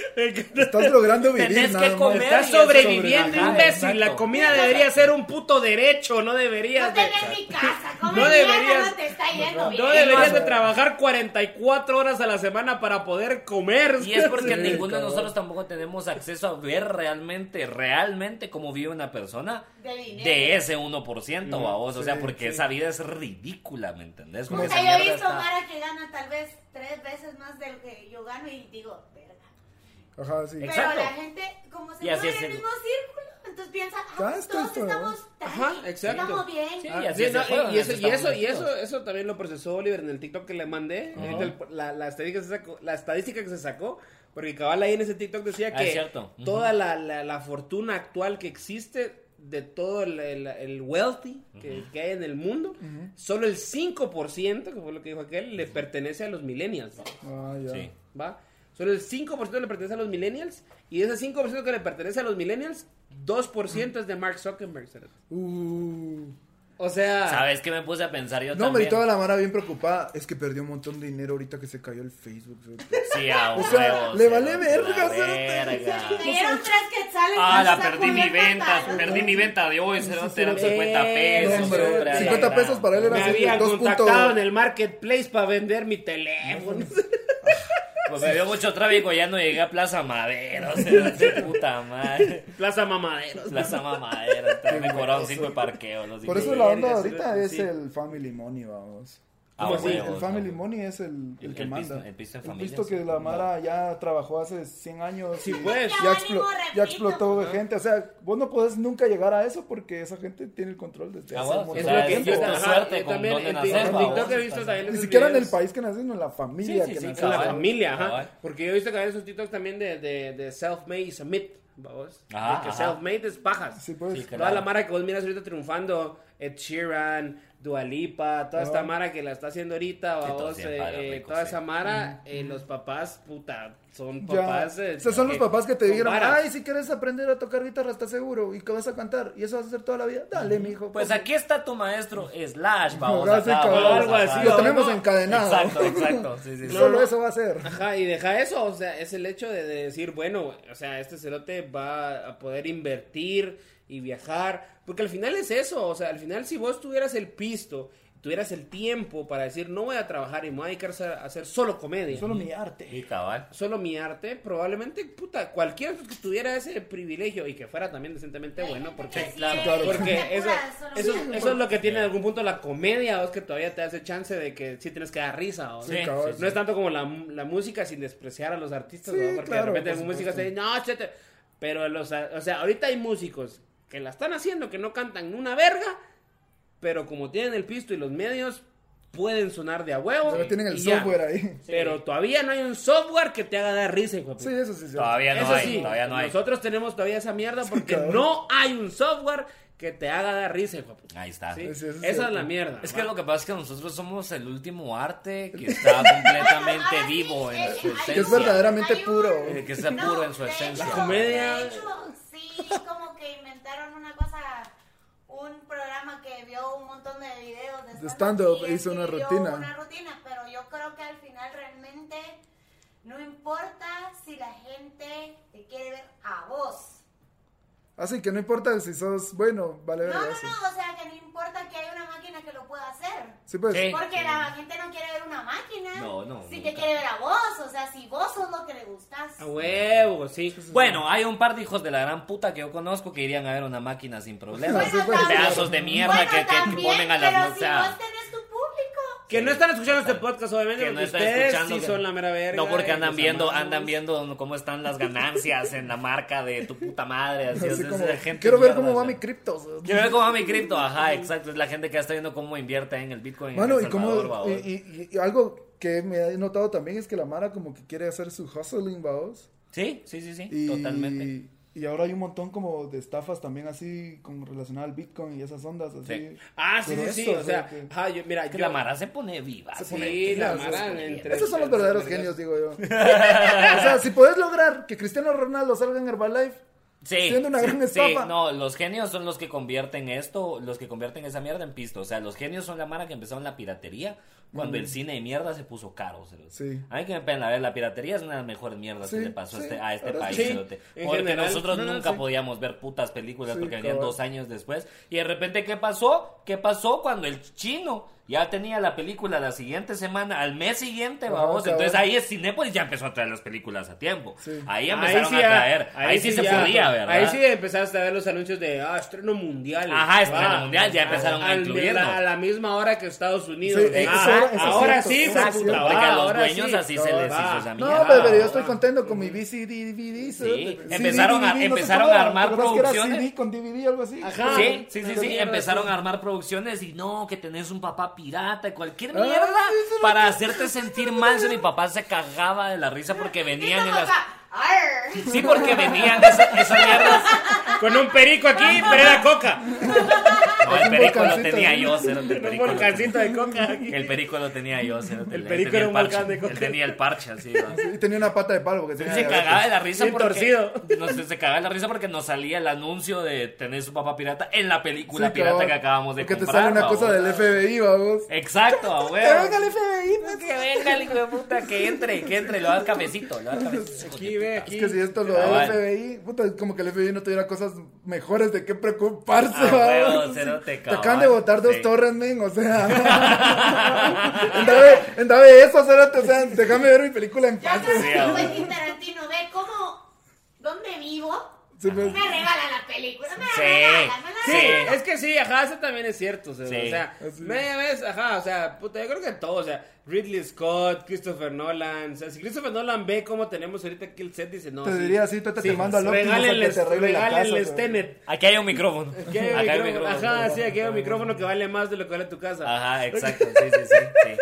estás logrando vivir. Tenés nada que más. comer. Estás Y eso sobreviviendo, sobre- Ajá, imbécil. exacto. La comida debería ser un puto derecho, no No deberías de. tenés mi casa, come No no deberías- no te está yendo bien. No deberías de trabajar 44 horas a la semana para poder comer. Y es porque Sí, ninguno de cabrón. nosotros tampoco tenemos acceso a ver realmente, realmente cómo vive una persona De dinero. de ese 1%, babos. O sea, sí, sí. porque esa vida es ridícula, ¿me entendés? Porque O esa sea, yo he mierda visto está- Mara que gana tal vez tres veces más de lo que yo gano y digo, verga. Ajá, sí. Exacto. Pero la gente, como se Y así mueve es en el el- mismo círculo, entonces piensa, ah, Ya pues está todos esto, ¿no? estamos tan Ajá, exacto. estamos bien. Sí, Ah, y así sí, es no, el juego, y, y eso, así y eso, estamos y eso, nosotros. eso también lo procesó Oliver en el TikTok que le mandé. Ahorita el- la, la estadística que se sacó, la estadística que se sacó, porque cabal ahí en ese TikTok decía Ah, que es cierto. Ujú. toda la, la- la fortuna actual que existe de todo el, el- el wealthy que, que hay en el mundo, solo el 5%, que fue lo que dijo aquel, le pertenece a los millennials. Ah, ya. Sí. ¿va? Solo el 5% le pertenece a los millennials y de ese 5% que le pertenece a los millennials, 2% es de Mark Zuckerberg. cerote. Uh. O sea... ¿Sabes qué me puse a pensar yo No, hombre, y también? toda la mara bien preocupada. Es que perdió un montón de dinero ahorita que se cayó el Facebook. güey. Sí, a O sea, huevo, le sí, vale la verga, verga. Me dieron tres quetzales. Ah, y la se perdí sacudió mi el venta, pantalón. perdí mi venta de hoy, sí, se eran sí, 50 pesos. no, hombre, hombre, a la 50 gran. pesos para él era Me así, habían 2 punto- contactado en el marketplace para vender mi teléfono. Pues me dio mucho tráfico, ya no llegué a Plaza Madero, o sea, de puta madre. Plaza Mamaderos. Plaza Mamadera, entonces me cobraron cinco de parqueo. los Por dije, eso la verga, onda de sí, ahorita sí. es el Family Money, vamos. Ah, ¿Cómo así? huevos, el ¿no? Family Money es el, el, El- que el manda. pisto- el pisto en familia, pisto que sí. la Mara ya trabajó hace 100 años. Sí, y pues. Ya, Ya explo- venimos, repito. ya explotó de gente. O sea, vos no podés nunca llegar a eso porque esa gente tiene el control desde Ah, hace bueno, un Es O sea, lo que montón de es yo tu tiempo. ajá, suerte yo con también dónde en Tik- naces, en babos, TikTok he visto estás- también Ni esos siquiera en el videos. país que naces, sino en la familia Sí, sí, que sí, naces. En la Cabal. familia, ajá. Cabal. Porque yo he visto que hay esos TikToks también de, de, de self-made summit, vamos. Ajá, Porque ajá. self-made es pajas. Sí, pues. Sí, claro. Toda la mara que vos miras ahorita triunfando, Ed Sheeran, Dualipa, toda Ah. esta mara que la está haciendo ahorita, Sí, todos babos, bien eh, padres, eh, ricos, toda sí. esa mara, eh, los papás, puta, son Ya. papás. eh, o sea, son los que- papás que te con dijeron, varas. ay, si quieres aprender a tocar guitarra, estás seguro, y que vas a cantar, y eso vas a hacer toda la vida, dale, mijo. Pues come". aquí está tu maestro, Slash, vamos Ahora sí, acá, cabrón, vamos algo acá. así, Lo ¿no? tenemos No. encadenado. Exacto, exacto. Sí, sí, sí. Solo eso va a ser. Ajá, y deja eso, o sea, es el hecho de, de decir, bueno, o sea, este cerote va a poder invertir y viajar, porque al final es eso, o sea, al final si vos tuvieras el pisto, tuvieras el tiempo para decir, no voy a trabajar y me voy a dedicar a hacer solo comedia, solo, Solo mi arte. Sí, cabal. mi arte, probablemente, puta, cualquiera que tuviera ese privilegio y que fuera también decentemente Hay bueno, gente porque... que sí claro, es claro. de Porque eso, pura solo eso, mierda. eso es lo que tiene en algún punto la comedia, es que todavía te hace chance de que sí tienes que dar risa. ¿o? Sí, Sí, cabrón. sí, sí. No es tanto como la, la música sin despreciar a los artistas, Sí, ¿no? porque claro, de repente por algunos músicos te dicen, no, chete". Pero los, a- o sea, ahorita hay músicos que la están haciendo, que no cantan una verga, pero como tienen el pisto y los medios, pueden sonar de a huevo. Pero tienen el y ya. software ahí. Pero todavía no hay un software que te haga dar risa, hijo de puta. Sí, eso sí. sí. Todavía no Eso hay, sí, todavía no hay. nosotros tenemos todavía esa mierda porque cabrón. no hay un software que te haga dar risa, hijo de puta. Ahí está. ¿Sí? Sí, eso es Esa es cierto. la mierda. Es ¿va? que lo que pasa es que nosotros somos el último arte que está completamente Ahora sí, vivo en el- su hay un- esencia. Que es verdadera- verdaderamente hay un- puro. Eh, Que está No, puro en su de esencia. hecho- La comedia. De hecho, sí, como que inventaron una cosa, un programa que vio un montón de videos de De stand-up, y hizo una escribió rutina. Una rutina, pero yo creo que al final realmente no importa si la gente te quiere ver a vos. Así que no importa si sos bueno, No, vale ver no, no, o sea que no importa que haya una máquina que lo pueda hacer. Sí, pues. Sí. Porque la gente no quiere ver una máquina. No, no, Si te nunca. quiere ver a vos, o sea, si vos sos lo que le gustas. A huevo, sí. Bueno, hay un par de hijos de la gran puta que yo conozco que irían a ver una máquina sin problemas. Bueno, Pedazos de mierda Bueno, que, que también, ponen a las... pero o si sea, vos tenés tu público, Que no están escuchando este podcast, obviamente, que no porque están ustedes escuchando, sí que- son la mera verga. No, porque y andan los viendo, amamos. andan viendo cómo están las ganancias en la marca de tu puta madre. Así, es, Así es como, la gente quiero ver mierda, cómo o va sea. mi cripto. Quiero ver cómo va mi cripto. Ajá, exacto. Es la gente que está viendo cómo invierte en el Bitcoin. en Mano, El y como Salvador, va, y, vos. y- y algo que me he notado también es que la Mara como que quiere hacer su hustling, vaos. Sí, sí, sí, sí. Y, Totalmente. Y ahora hay un montón como de estafas también así con relacionadas al Bitcoin y esas ondas así. Sí. Ah, sí, Pero sí, sí. esto, O sea, que- ajá, yo, mira, Que yo. la Mara se pone viva. Se sí, pone- que la se Mara pone entre- viva. Esos son los Tres verdaderos vergas. genios, digo yo. o sea, si puedes lograr que Cristiano Ronaldo salga en Herbalife, Sí, siendo una sí, gran sí. estafa. no, los genios son los que convierten esto, los que convierten esa mierda en pisto. O sea, los genios son la mara que empezaron la piratería cuando el cine de mierda se puso caro. se los- Sí. A mí que me pena, a ver, la piratería es una de las mejores mierdas Sí, que le pasó a sí, este- a este ahora país. sí. cerote. En Porque general, nosotros no, no, nunca sí. podíamos ver putas películas Sí, porque venían cabal. dos años después. Y de repente, ¿qué pasó? ¿Qué pasó cuando el chino ya tenía la película la siguiente semana, al mes siguiente, Ajá, vamos? cabal. Entonces ahí es Cinépolis ya empezó a traer las películas a tiempo. Sí. Ahí empezaron ya- a traer. Ahí, sí, se ya- podía, ¿verdad? Ahí sí empezaste a ver los anuncios de ah, estreno mundial. Ajá, estreno Ah, mundial, ya empezaron a al- incluirlo. la- A la misma hora que Estados Unidos. Sí, eh, ¿verdad? eso Ah, era- eso es ahora cierto, sí, eso fue es Exacto, puta, cierto. porque va, a los ahora dueños sí. así se les Va. hizo esa No, mierda. pero, pero yo estoy ah. contento con mi VCD, DVD. Sí, CD, empezaron a- DVD, no sé empezaron cómo a era, armar pero es que era producciones. CD con DVD, algo así. Ajá. Sí, sí, sí, Esa sí. mierda, Empezaron sí. a armar producciones y no, que tenés un papá pirata y cualquier Ah, mierda sí, sí, para hacerte sentir mal. Si Mi papá se cagaba de la risa porque venían en las. ¡Ar! Sí, porque venían esas, esas mierdas. Con un perico aquí, pero era coca. No, el un perico lo volcancito, tenía ¿no? yo, cerote, el Un perico. lo tenía. volcancito de coca aquí. El perico lo tenía yo, cerote, El él perico tenía era un parche, volcán de coca. Él tenía el parche así, ¿no? Y tenía una pata de palo. Porque Él tenía se diabetes. cagaba de la risa Bien porque torcido. No, se, se cagaba de la risa porque nos salía el anuncio de tener su papá pirata en la película Sí, pirata cabrón. que acabamos de Porque comprar. Eh, te sale una babos. cosa del FBI, vamos. Exacto, a ¡Que venga huevo. el FBI! pues. Que venga el hijo de puta, que entre, que entre, le das cafecito, le das cafecito. Aquí, ve, Es aquí. que si esto lo Ah, da el vale. FBI, puta, es como que el FBI no tuviera cosas mejores de qué preocuparse. Ah, ¿va? huevo, cerote, te acaban cabal. de botar dos Sí. torres, men, o sea. Andaba andaba eso, cerote, o sea, déjame ver mi película en Ya paz. sabes Sí, que ahora. Quentin Tarantino ve cómo, dónde vivo, Sí, me pues. regala la película, me la Sí, regala, me la sí. Sí, regala. es que sí, ajá, eso también es cierto. O sea, Sí. o sea, Así. media vez, ajá, o sea, puta, yo creo que todo, o sea, Ridley Scott, Christopher Nolan, o sea, si Christopher Nolan ve cómo tenemos ahorita aquí el set, dice, no. Te sí, diría así, tú te mando al Optimus a que regálenles, te arregle la casa, regálenles pero- Tenet. Aquí hay un micrófono. Aquí hay un Acá hay un micrófono, micrófono. Ajá, sí, aquí hay un micrófono que vale más de lo que vale tu casa. Ajá, exacto, sí, sí, sí. sí. Sí,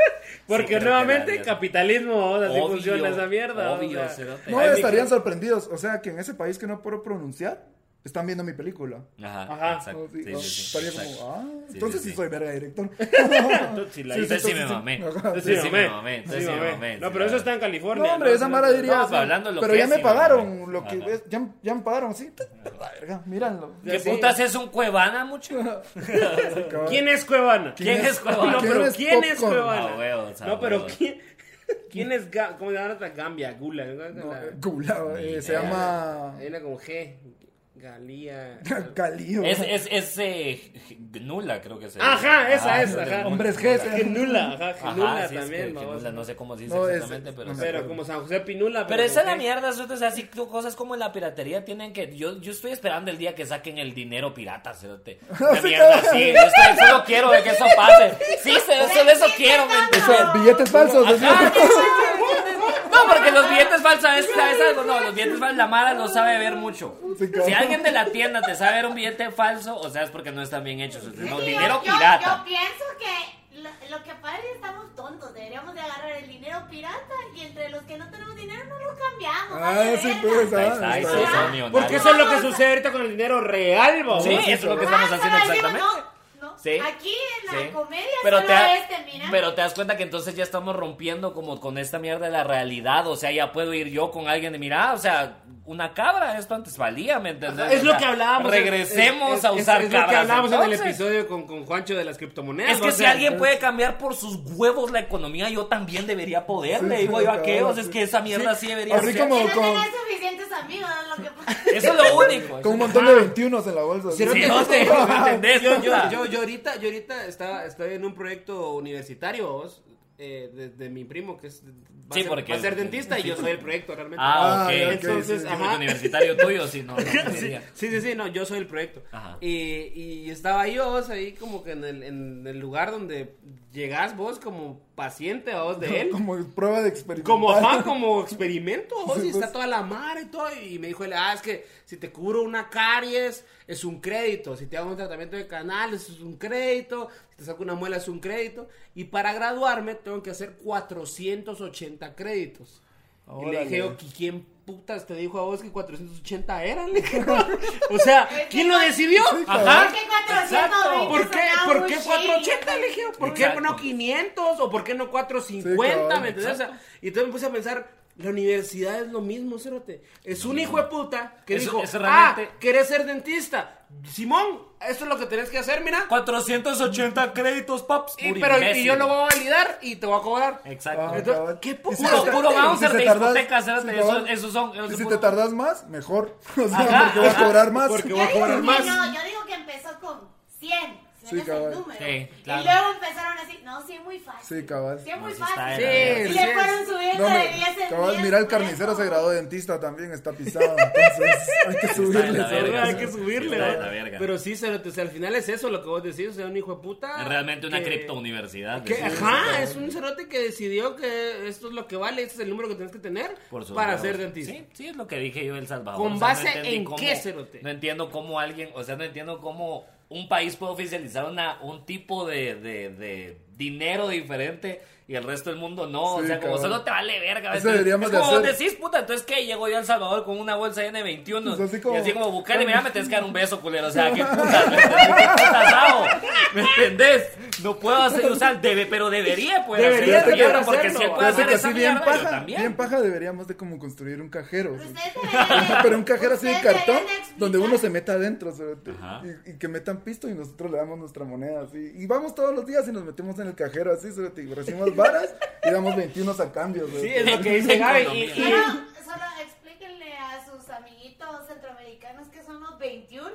Porque creo que nuevamente, la- capitalismo, o sea, así Obvio, funciona esa mierda. obvio, o sea. cerote. No, Hay estarían sorprendidos. O sea, que en ese país que no puedo pronunciar, están viendo mi película. Ajá, Ajá, Ah, exacto. Oh, sí, Sí, sí, oh, sí, estaría exacto. como, ah, Sí, entonces sí, sí, sí. soy verga director. Entonces, la- Sí, Entonces sí me entonces mamé. sí. Ajá. Entonces sí me mamé, mamé. Entonces sí sí me mamé. mamé. No, sí, pero eso la- está en California. No, hombre, ¿no? esa Sí, mara no. diría. no, así, pero hablando lo pero que ya es, me sí, pagaron. mamá. Lo que, Ajá. ya, ya me pagaron, sí. La verga, míranlo. ¿Qué Sí. putas es un cuevana, mucho? ¿Quién es Cuevana? ¿Quién es Cuevana? No, ¿Quién pero es ¿quién es Popcorn? Cuevana? Ah, huevos, ah, no, pero huevos. ¿quién, quién es Ga- ¿Cómo se llama la otra Gambia? Gula. ¿no? No, La- eh, Gula, eh, se idea. llama. Hay una con G. Galía. Calío. Es, es, es eh, Gnula, creo que se Ajá, esa es, creo que ajá. Gnula. Hombre, es jefe. Genula, ajá, Genula Ajá, sí, es que también. Gnula, babosa. no sé cómo se dice No, es- exactamente, pero... no sí. me Pero como San José Pinula. Pero esa es la con G. mierda, cerote, o sea, así tú- cosas como la piratería tienen que... Yo, yo estoy esperando el día que saquen el dinero pirata, cerote. Una Sí, mierda cabrón. así, yo estoy- solo quiero de que eso pase. Sí, cerote, solo eso Sí, quiero, ¿me O entiendes? sea, billetes falsos. así. Ajá, sí, sí, sí, sí, sí. No, porque los billetes falsos, ¿sabes? ¿Sabes algo? No, los billetes falsos, la mala no sabe ver mucho. Sí, claro. Si alguien de la tienda te sabe ver un billete falso, o sea, es porque no están bien hechos. o sea, Es No, que yo- dinero yo, pirata. Yo pienso que lo, lo que pasa es que estamos tontos. Deberíamos de agarrar el dinero pirata y entre los que no tenemos dinero no lo cambiamos. Ah, vale, sí, verga. pues. Ahí está, ah, ahí está. Porque está, son Porque millonarios. eso es lo que sucede ahorita con el dinero real, babosa. Sí, eso es lo que estamos Ah, haciendo solo decimos, exactamente. No, no. Sí. Aquí en la Sí. comedia Pero solo te, da- este, mira. pero te das cuenta que entonces ya estamos rompiendo como con esta mierda de la realidad. O sea, ya puedo ir yo con alguien de mira, ah, o sea, una cabra, esto antes valía, ¿me entiendes? Es O lo sea, que hablábamos. Regresemos es- a es- usar es, lo que cabras, hablábamos en el entonces. episodio con, con Juancho de las criptomonedas. Es que o si sea, alguien puede cambiar por sus huevos la economía, yo también debería poder, Sí, le digo sí, yo a qué, o sea, sí. es que esa mierda sí debería Así ser. como- Que no con- tenés suficientes amigos, lo que pasa. Eso es lo único. Con un montón de 21 en la bolsa. Sí, así. no, no te- yo- ¿me entendés? yo, O yo, sea. yo, yo ahorita, yo ahorita estaba, estoy en un proyecto universitario, vos, eh, de, de mi primo, que es, va, Sí, a, ser, porque- va a ser dentista y yo soy el proyecto realmente. Ah, Ah, ok. ya, ok, Entonces, sí. ajá. Ajá. universitario tuyo, si no, no, no sí, sería. sí, sí, sí, no, yo soy el proyecto. Ajá. Y, y estaba yo, vos, ahí como que en el, en el lugar donde llegás vos como paciente, vamos, de él. Como prueba de experimento. Como, ajá, como experimento, vos, y está toda la mar y todo. Y me dijo él, ah, es que si te cubro una caries, es un crédito. Si te hago un tratamiento de canal, eso es un crédito. Si te saco una muela, es un crédito. Y para graduarme, tengo que hacer 480 créditos. Y le Órale. dije, "Oh, ¿qui- ¿quién putas te dijo a vos que 480 eran? Le dije, o sea, ¿quién lo decidió? Ajá. ¿Por qué 420 Exacto. ¿Por qué, sonaba ¿por muy qué shady? 480, le dije? ¿Por qué Exacto. no 500? ¿O por qué no 450? Sí, cabrón, ¿Me entiendes? O sea, y entonces me puse a pensar, la universidad es lo mismo, cérate. Es un hijo de puta que Eso- dijo, eso realmente- ah, ¿querés ser dentista? Simón, eso es lo que tenés que hacer, mira. 480 créditos, paps. Y, Puro pero, y imbécil. yo lo voy a validar y te voy a cobrar. Exacto. Entonces, cabrón. ¿qué Ah, Y puro- si Puro, te- puro y si bouncer te de tardas- discotecas, sí, espérate, cabrón. esos, esos son. esos Y si son te puro- tardas más, mejor. O sea, Ajá, porque vas a ajá. cobrar más. Porque Yo voy a digo cobrar que más. No, yo digo que empezó con 100. 100 Sí, es el cabal. número. Sí, claro. Y luego empezaron así, no, sí es muy fácil. Sí, cabal. Sí es muy No, sí está fácil. de la y verga. le fueron subiendo No, de hombre, 10 en cabal, 10, mira, el por carnicero eso. se graduó de dentista también, está pisado. Entonces, hay que Está de subirle. la Ahora verga. hay que subirle, Está de ¿verdad? la verga. Pero sí, cerote, o sea, al final es eso lo que vos decís, o sea, un hijo de puta. Es realmente una Ah, que- criptouniversidad. que- decís. ajá, es un cerote que decidió que esto es lo que vale, este es el número que tienes que tener Por sus para huevos. ser dentista. Sí, sí, es lo que dije yo, El Salvador. ¿Con O sea, base entendí en cómo- qué, cerote? No entiendo cómo alguien, o sea, no entiendo cómo un país puede oficializar una, un tipo de, de- de dinero diferente y el resto del mundo no. o Sí, sea, como cabrón. solo te vale verga. Eso entonces, deberíamos es de como vos hacer. decís, puta, entonces que llego yo a El Salvador con una bolsa llena de 21 Pues así como- y así como buscar y mira, me tienes que dar un beso, culero. O sea, qué putas, ¿me entendés? ¿Qué putas hago? ¿Me entendés? No puedo hacer, o sea, debe, pero debería poder Debería hacer esa de mierda, poder porque hacerlo, si él puede ¿verdad? hacer Porque esa así bien mierda, yo paja, también. bien paja deberíamos de como construir un cajero. Pero sí. ustedes deberían de- Pero un cajero así de ustedes cartón deberían de donde uno explicar- se meta adentro cerote, Ajá. y, y que metan pisto y nosotros le damos nuestra moneda así. Y vamos todos los días y nos metemos en el cajero así, cerote, y recibimos varas y damos 21 a cambio. Sí, cerote. es lo que dice Gaby. y- y- Solo, solo explíquenle a sus amiguitos centroamericanos que son los 21.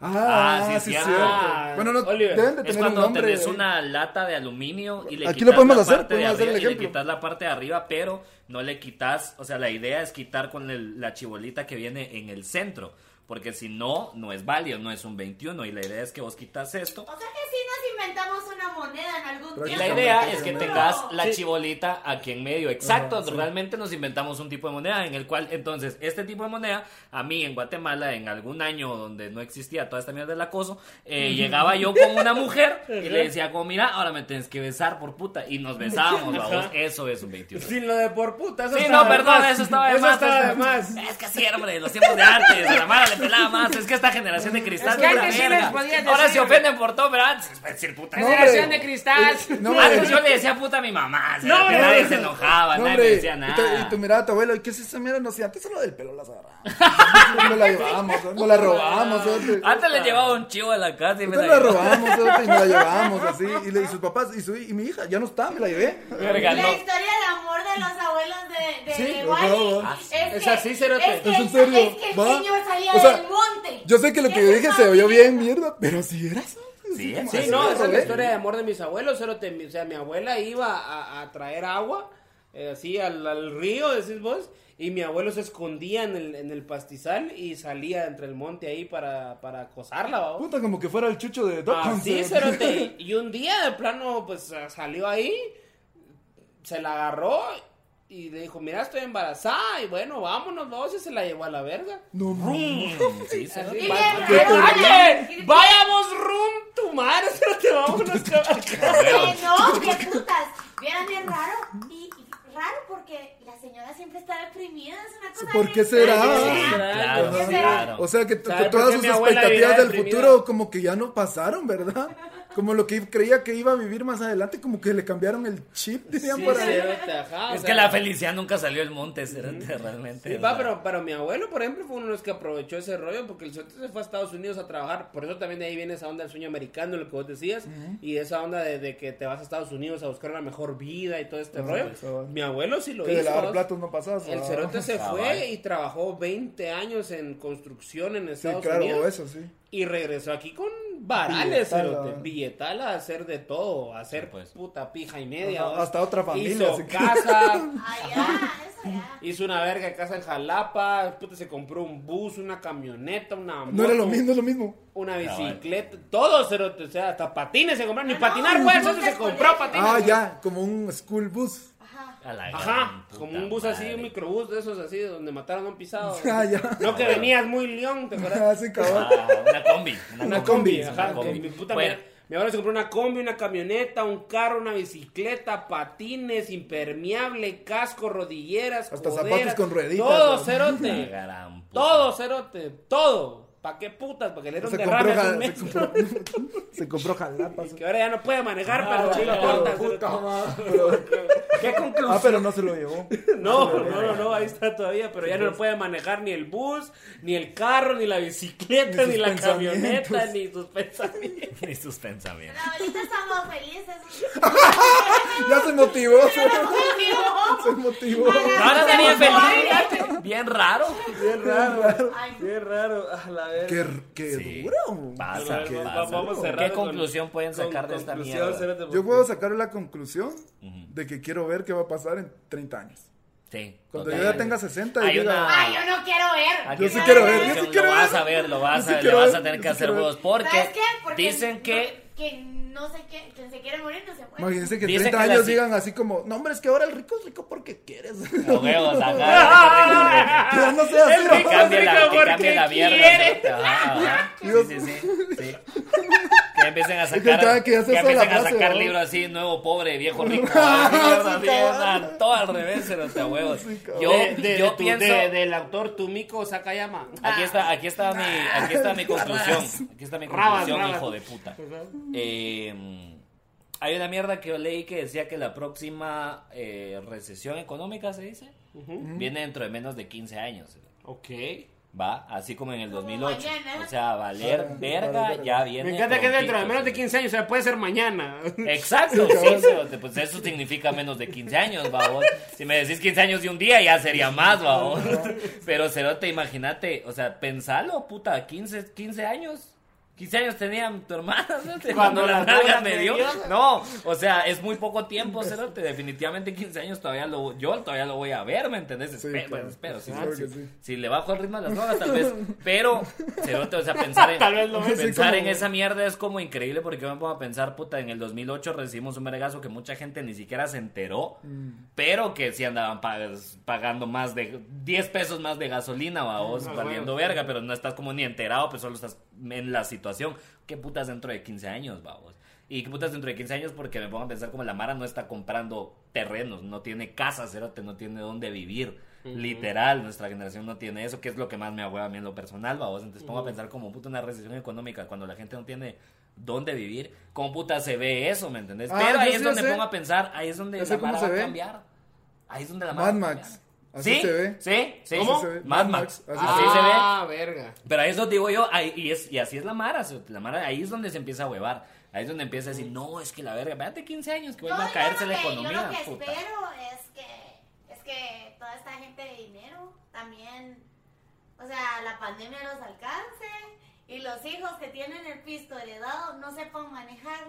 Ah, sí, es cierto. Ah, Bueno, no, Oliver, deben de Es tener un cuando nombre. tenés una lata de aluminio y le Aquí quitas lo podemos la hacer, parte de podemos hacer el arriba, y le ejemplo. quitas la parte de arriba, pero no le quitas, o sea, la idea es quitar con el- la chibolita que viene en el centro, porque si no, no es válido, no es un 21 y la idea es que vos quitas esto. O sea que sí nos inventamos una moneda en algún Pero Y tiempo. la Exacto, idea sí, es que sí. tengas la Sí. chibolita aquí en medio. Exacto, Ajá, sí. realmente nos inventamos un tipo de moneda en el cual, entonces, este tipo de moneda, a mí en Guatemala, en algún año donde no existía toda esta mierda del acoso, eh, llegaba yo con una mujer y le decía, como, mira, ahora me tienes que besar por puta. Y nos besábamos, babos. Eso es un 21. Sin lo de por puta, eso Sí, estaba no, de perdón, más. eso estaba de Eso más. estaba de eso- más. Es que así, hombre, los tiempos de antes, a la mala le pelaba más. Es que esta generación de cristal Es que es una antes sí verga. les podías Ahora decir. se ofenden por todo, pero antes es decir puta. No, Generación hombre. de cristal. Eh, no, Antes hombre. Ah, yo le decía puta a mi mamá. o sea, No, que nadie no, se enojaba, No, nadie hombre, me decía y tu- nada. Y tu mirada a tu abuelo, ¿y qué es esa mierda? No sé, antes solo del pelo las agarramos. no la llevábamos, no la robábamos. cerote. Antes le llevaba un chivo a la casa y me Entonces la llevaba. robamos cerote, y nos la llevamos así. Y, le, y sus papás, y, su, y mi hija, ya no está, me la llevé. Verga, no. La historia de amor de los abuelos de, de, Sí, de ajá, Wally. ajá. Es, Es que- así, cerote. Es que, Es en serio, es que el va. niño salía O sea, del monte. Yo sé que lo que yo dije se oyó bien mierda, pero si era eso. Sí, como Sí, así no, me esa es la robé. historia de amor de mis abuelos. cerote. Mi- O sea, mi abuela iba a, a traer agua, eh, así al, al río, decís vos, y mi abuelo se escondía en el, en el pastizal y salía entre el monte ahí para, para acosarla, ¿va? Puta, como que fuera el chucho de Doc Así, Hunter. Ah, cerote. Y un día, de plano, pues ah, salió ahí, se la agarró y le dijo, mira, estoy embarazada, y bueno, vámonos, vamos, y se la llevó a la verga. No, no. Mm, sí, se Así, lo- Qué va- raro. ¡Oye! ¡Vayamos rum tu madre! ¡Cerote, vámonos! cabrón. Que no, que putas. Vieran bien raro. Y, y raro porque la señora siempre está deprimida. Es una cosa ¿Por bien qué será? extraña. Claro, Ajá. claro. O sea, que, t- ¿Sabe por que todas qué sus mi abuela vivirá expectativas del deprimida? futuro como que ya no pasaron, ¿verdad? Como lo que creía que iba a vivir más adelante, como que le cambiaron el chip, decían Sí, por ahí. cerote, ajá, o Es sea, que la felicidad nunca salió del monte, cerote, realmente. Sí, o va, sea. pero, pero mi abuelo, por ejemplo, fue uno de los que aprovechó ese rollo porque el cerote se fue a Estados Unidos a trabajar. Por eso también de ahí viene esa onda del sueño americano, lo que vos decías, y esa onda de, de que te vas a Estados Unidos a buscar una mejor vida y todo este rollo. pues, ah, Mi abuelo sí lo Que de hizo. lavar ¿vos? platos no pasas. El ah. cerote se Cabal. fue y trabajó 20 años en construcción en Sí, Estados claro, Unidos eso sí. y regresó aquí con Varales, Billetala. cerote, billetala, hacer de todo, hacer Sí, pues. puta pija y media. Ajá, ¿vos? hasta otra familia, así Hizo que- casa, Allá, eso allá. hizo una verga de casa en Jalapa, puta, se compró un bus, una camioneta, una No era lo moto, mismo, es lo mismo. Una Cabal. bicicleta, todo, cerote, o sea, hasta patines se compraron, ni Ah, patinar, no, güey, no, cerote, no, se no, compró no, no. patines. Ah, ya, como un school bus. Ajá. A la gran Ajá, puta como un bus así, madre. un microbús de esos así, donde mataron a un pisado. Ah, ya. No que venías muy león, ¿te acuerdas? Ah, sí, cabrón. Ah, una combi. Una Una combi, combi, ajá. una combi. que Mi, puta Bueno. mi- mi abuela se compró una combi, una camioneta, un carro, una bicicleta, patines, impermeable, casco, rodilleras, Hasta zapatos coderas, con rueditas, Todo ¿no? Una cerote. gran puta. todo cerote. Todo. ¿Para qué putas? Para que le dieron Se derrame compró, hace un ja- se mes. compró, se compró jalapas. Que ahora ya no puede manejar, pero sí lo corta. cerote. ¿Qué conclusión? Ah, pero no se lo llevó. No, no, no, no, ahí está todavía, pero ya no lo puede manejar ni el bus, ni el carro, ni la bicicleta, ni, Ni sus la camioneta, pensamientos. ni sus pensamientos. Ni sus pensamientos. La abuelita estamos felices. Ya se motivó. Se, se motivó. Ahora está bien feliz. Bien raro. Bien raro, Ay. bien raro, a la vez. Qué, qué Sí. duro. Pasa, Qué pasa. duro. Vamos a cerrar ¿Qué con- conclusión pueden con sacar de esta conclusión, mierda? cérate, Yo porque- puedo sacar la conclusión de que quiero ver qué va a pasar en 30 años. Sí. Cuando yo totalmente. ya tenga 60 y Hay diga, una- Ay, yo no quiero ver. Aquí Yo sí está quiero la ver, yo conclusión, sí quiero Lo vas ver. a ver, lo vas Yo sí a, le quiero vas a ver, tener yo que sí hacer quiero vos. ver. Porque, ¿Sabes qué? Porque dicen que. no- que no sé qué, quien se quiere morir no se muere. Imagínense que en Dicen 30 que la años si- digan así como, no hombre, es que ahora el rico es rico porque quieres. Los huevos, Ah, ajá. Ya no sea así, Que rico- ¿no? cambie la, que Porque cambie la mierda. quiere. ¿no? Ajá, ajá. Sí, sí, sí, sí. Que empiecen a cada sacar, que ya se que hace la empiecen a frase, sacar ¿no? libros así, nuevo pobre, viejo rico. ah, mierda, Sí, sí, cabrón. ah, todo al revés, se los huevos. Sí, cabrón. Yo, De- de- yo de tu- pienso, de- del autor Tumico Sakayama. Aquí está, aquí está mi, aquí está mi conclusión. Aquí está mi Ah. Rabas, conclusión, rabas. hijo de puta. Eh, hay una mierda que yo leí que decía que la próxima eh, recesión económica, se dice, viene dentro de menos de 15 años. Ok. Va, así como en el Como 2008. mañana. O sea, valer Ah, verga valer ya verga. viene. Me encanta que prontito, dentro de menos de sí. 15 años, o sea, puede ser mañana. Exacto, Sí, sí, cabrón. cerote, pues eso significa menos de 15 años, babón. Si me decís 15 años de un día, ya sería más, babón. Pero cerote, imagínate, o sea, pensalo, puta, 15, 15 años. 15 años tenía tu hermana, cerote, Cuando cuando la las nalga bolas me me dio. dio. No, o sea, es muy poco tiempo, cerote. Definitivamente 15 años todavía lo, yo todavía lo voy a ver, ¿me entendés? Sí, Espe- claro. pues, espero, sí, Claro sí. que sí. Si le bajo el ritmo a las drogas, tal vez. Pero, cerote, o sea, pensar en, Tal vez lo ves. pensar Sí, en como- esa mierda es como increíble porque yo me pongo a pensar, puta, en el 2008 recibimos un vergazo que mucha gente ni siquiera se enteró, pero que sí andaban pag- pagando más de 10 pesos más de gasolina, va, vos, Ah, valiendo bueno. verga, pero no estás como ni enterado, pues solo estás en la situación. ¿Qué putas dentro de 15 años, va, vos? Y qué putas dentro de 15 años porque me pongo a pensar como la Mara no está comprando terrenos, no tiene casa, cerote, no tiene dónde vivir. Literal, nuestra generación no tiene eso, que es lo que más me agüeva a mí en lo personal, babos. Entonces pongo a pensar como puta una recesión económica, cuando la gente no tiene dónde vivir, como puta se ve eso, ¿me entendés? Ah, Pero yo ahí sí, es yo donde sé. pongo a pensar, ahí es donde Ya la sé cómo mara se va a ve. cambiar. Ahí es donde la Mad mara va a Max. cambiar. Así ¿Sí? se ve. ¿Sí? ¿Sí? ¿Cómo? se ve. Mad Mad Max. Max, Así, así se ve. Ah, verga. Pero ahí es donde digo yo, ahí, y, es, y así es la Mara, se- la Mara, ahí es donde se empieza a huevar. Ahí es donde empieza a decir, no, es que la verga, espérate 15 años que No, vuelva Pues a yo caerse lo la que- Yo economía, lo que puta. espero es que, es que toda esta gente de dinero también, o sea, la pandemia los alcance y los hijos que tienen el pisto heredado no sepan manejar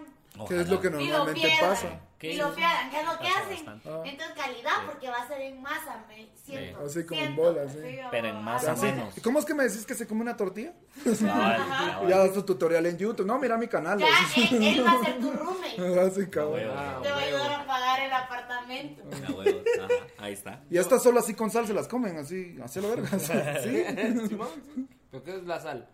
¿Qué es lo que no? y lo normalmente pasa? pierdan. ¿Qué y es lo eso? pierdan, que es lo que Pasa hacen. bastante. Ah. Entonces, calidad, porque va a ser en masa, me siento. Así como en siento, bolas, ¿eh? así, Pero en ah, masa, bueno. menos. ¿Y ¿Cómo es que me decís que se come una tortilla? Cabal, cabal. Ya das tu tutorial en YouTube. No, mira mi canal. Ya, e, eh, él, él va a ser tu roommate. Así, Huevo. cabrón. Ah, Te va a huevo. ayudar a pagar el apartamento. Ah, huevos, ajá, ahí está. Y estas solo así con sal se las comen, así, así lo vergas. Sí. ¿Pero qué es la sal?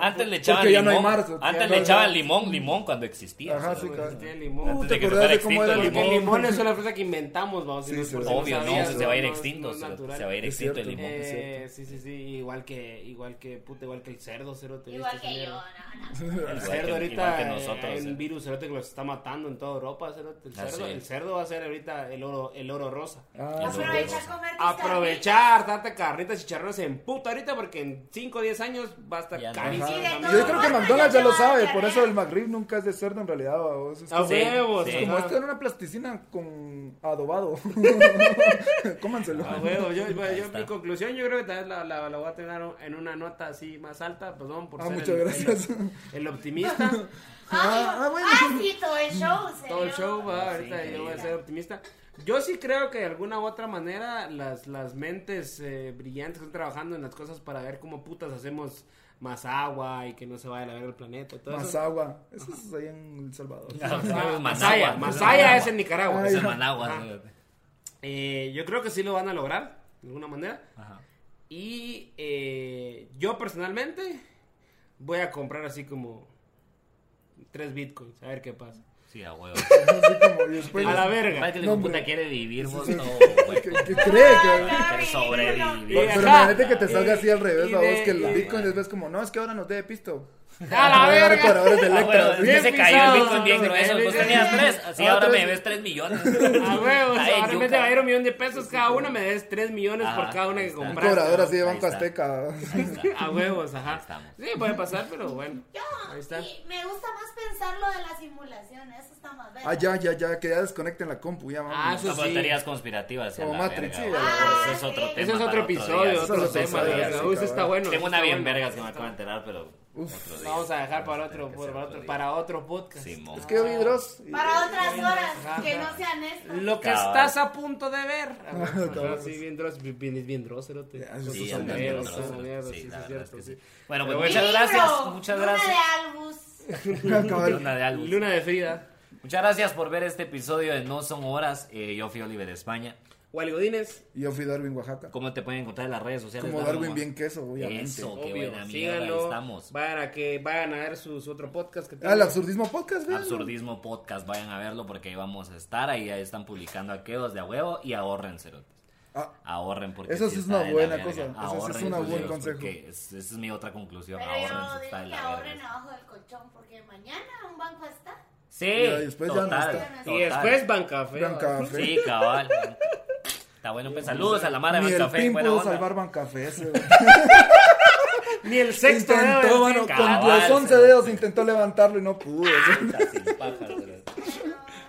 Antes le Ah, echaban Porque ya limón. no hay marzo, ya antes no le hay- echaban limón, limón cuando existía. Ajá, ¿sabes? sí, claro. Tiene Antes limón. de ¿te que se acordás fuera de cómo extinto era el el Porque limón. el limón es una fruta que inventamos, vamos. Sí, sí, sí. Obvio, no, se, se va a ir extinto. se- se, va a ir Es extinto el cierto. limón. es Eh, cierto. sí, sí, sí, igual que, igual que, puta, igual que el cerdo, cero. ¿te Igual viste, que yo, señor? no, no. El Igual cerdo que- ahorita igual que eh, nosotros, hay eh. un virus cerote, que los está matando en toda Europa, cerote. El Ah, cerdo, sí. el cerdo va a ser ahorita el oro, el oro rosa. Ah, Eso. Aprovechar comer tus Aprovechar, date carnitas, chicharrones en puta ahorita porque en 5 o 10 años va va a estar Ya no. carísimo. Ajá. Sí, de Yo todas creo que formas, McDonald's ya ya te lo va a sabe, dar por eso diarrea. el McRib nunca es de cerdo en realidad. ¿va? Es A como, Sí, huevos. sí. Ah, ajá. como esto en una plasticina con adobado. Cómanselo. A huevos. Yo, yo- Ahí yo- está. mi conclusión, yo creo que tal vez la, la, la voy a tener en una nota así más alta. Perdón por Ah, ser muchas el, el- gracias. el optimista. Ah, Ah, ah, bueno. ah, sí, todo el show, señor. todo el show va, Sí, ahorita yo voy a querida. ser optimista. Yo sí creo que de alguna u otra manera las, las mentes eh, brillantes que están trabajando en las cosas para ver cómo putas hacemos más agua y que no se vaya a la verga el planeta y todo Más eso. agua. Eso es ahí en El Salvador. Ah, Managua. Masaya, Masaya es en Nicaragua. Es en Ajá. Managua. Ajá. fíjate. Eh, yo creo que sí lo van a lograr, de alguna manera. Ajá. Y eh, yo personalmente voy a comprar así como tres bitcoins, a ver qué pasa. Sí, a huevo. Así como, y después- A la Para verga. que el No, hijo de puta hombre. quiere vivir vos Sí, sí. no, ¿Qué, güey. qué cree que.? Quiere sobrevivir. Y- Pero ajá. imagínate que te salga así al revés, Y a vos de- que el y- Bitcoin les ves como, no, es que ahora nos dé pisto. ¡A la Ahora verga! cobradores de Ah, Electra, bueno, así. es que se cayó el Bitcoin bien Bien grueso. pisado, Vos no, no, tenías no, no. tres, así Ah, ahora tres. me ves tres millones. A huevo, o sea, Ay, ahora en vez de yuca. haber un millón de pesos cada una, me des tres millones por Ajá, cada una Ah, ahí que está. Un Un compraste. cobrador así de Ahí Banco está. Azteca. Ahí está. A huevos, Ahí ajá. estamos. Sí, puede pasar, pero bueno. Yo, Ahí está. y me gusta más pensar lo de la simulación, eso está más verga. Ah, ya, ya, ya, que ya desconecten la compu, ya, Ah, vamos. eso Son sí. teorías conspirativas. y a Como la Matrix, verga, sí, a la güey. verga. Ese es otro Ese tema. Ese es para otro episodio, día, otro, ese Eso es es tema. otro día, de sí, Uy, ese está cabrón. bueno. Tengo ese una está bien bueno. vergas que me acabo de enterar, pero. otro día. Vamos a dejar para Vamos a otro, tener que por- hacer para otro, día. para otro podcast. Simón. Es que yo vi Dross. y- Para otras horas, Ajá. que no sean estas. Lo que Cabal. estás a punto de ver. pues, Cabal. Sí, bien dros, bien, bien, bien droserote. Ya, eso Sí, Sí, son andan mierdas, bien sí, otros, son mierdas, sí, sí, la sí, verdad cierto, es que sí. sí. Bueno, pues Pero muchas Libro, gracias. Muchas Luna gracias. de Albus. Cabal. Luna de Albus. Luna de Frida. Muchas gracias por ver este episodio de No Son Horas. Eh, yo fui Oliver de España. Wally Godínez. Y yo fui Darwin, Oaxaca. ¿Cómo te pueden encontrar en las redes sociales? Como Darwin bien queso, obviamente. Eso, qué obvio, buena mierda. ahí síganlo. estamos. Vayan a que vayan a ver su, su otro podcast que Ah, el absurdismo podcast, vean. Absurdismo Podcast, vayan a verlo porque ahí vamos a estar. Ahí ahí están publicando aqueos de a huevo y ahorren cerotes. Ah, Ahorren porque Eso sí sí es está una de la buena verga. cosa, eso sí es Ahorren una sus buen libros, consejo. porque es- Esa es mi otra conclusión. Pero Ahorren, yo sí está de digo que la ahorren verga. abajo del colchón, porque mañana un banco está. Sí, Ya, después ya no total, está. total. Y después Bancafé. Bancafé. Sí, cabal. Está bueno, pues saludos a la madre Ni de el Bancafé. PIN Buena pudo onda. salvar Bancafé. ese, güey. Ni el sexto dedo intentó, del mano, pie. cabal, con los 11 sí. dedos intentó levantarlo y no pudo. sí. Puta, sin pajas, güey.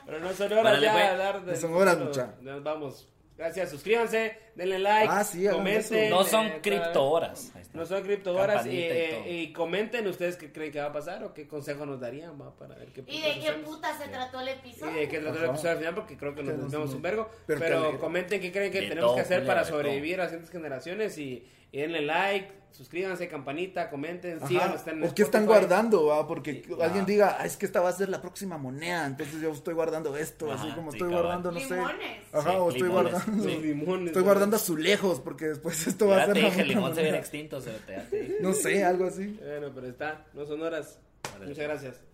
Pero no son horas Órale, ya pues. de hablar de- No son horas, mucha. Nos vamos. Gracias, suscríbanse, denle like, Ah, sí, hagan comenten. eso. No son eh, criptohoras. Ahí está. No son criptohoras y, Campanita y eh, todo. y comenten ustedes qué creen que va a pasar o qué consejo nos darían va, para ver qué ¿Y de qué hacemos. puta se trató el episodio? Y de qué trató el Ajá. episodio al final porque creo que nos Tenemos desviamos un- un vergo. Pero, pero que le- comenten qué creen que De tenemos todo, que hacer culero, para de todo. sobrevivir a ciertas generaciones y, y denle like, suscríbanse, campanita, comenten, Ajá. sigan, están en o qué están Spotify. guardando, ¿va? porque Sí, alguien ah. diga, "Ah, es que esta va a ser la próxima moneda, entonces yo estoy guardando esto, así Ajá, como sí, estoy cabal. guardando, no Limones. sé. Ajá, Sí, o estoy limones, guardando. Los limones. Estoy guardando azulejos porque después esto va a Ya ser te la dije, el otra limón se viene moneda. extinto. se lo te- ya te dije. No sé, algo así. Bueno, pero está, no son horas. Órale. Muchas gracias.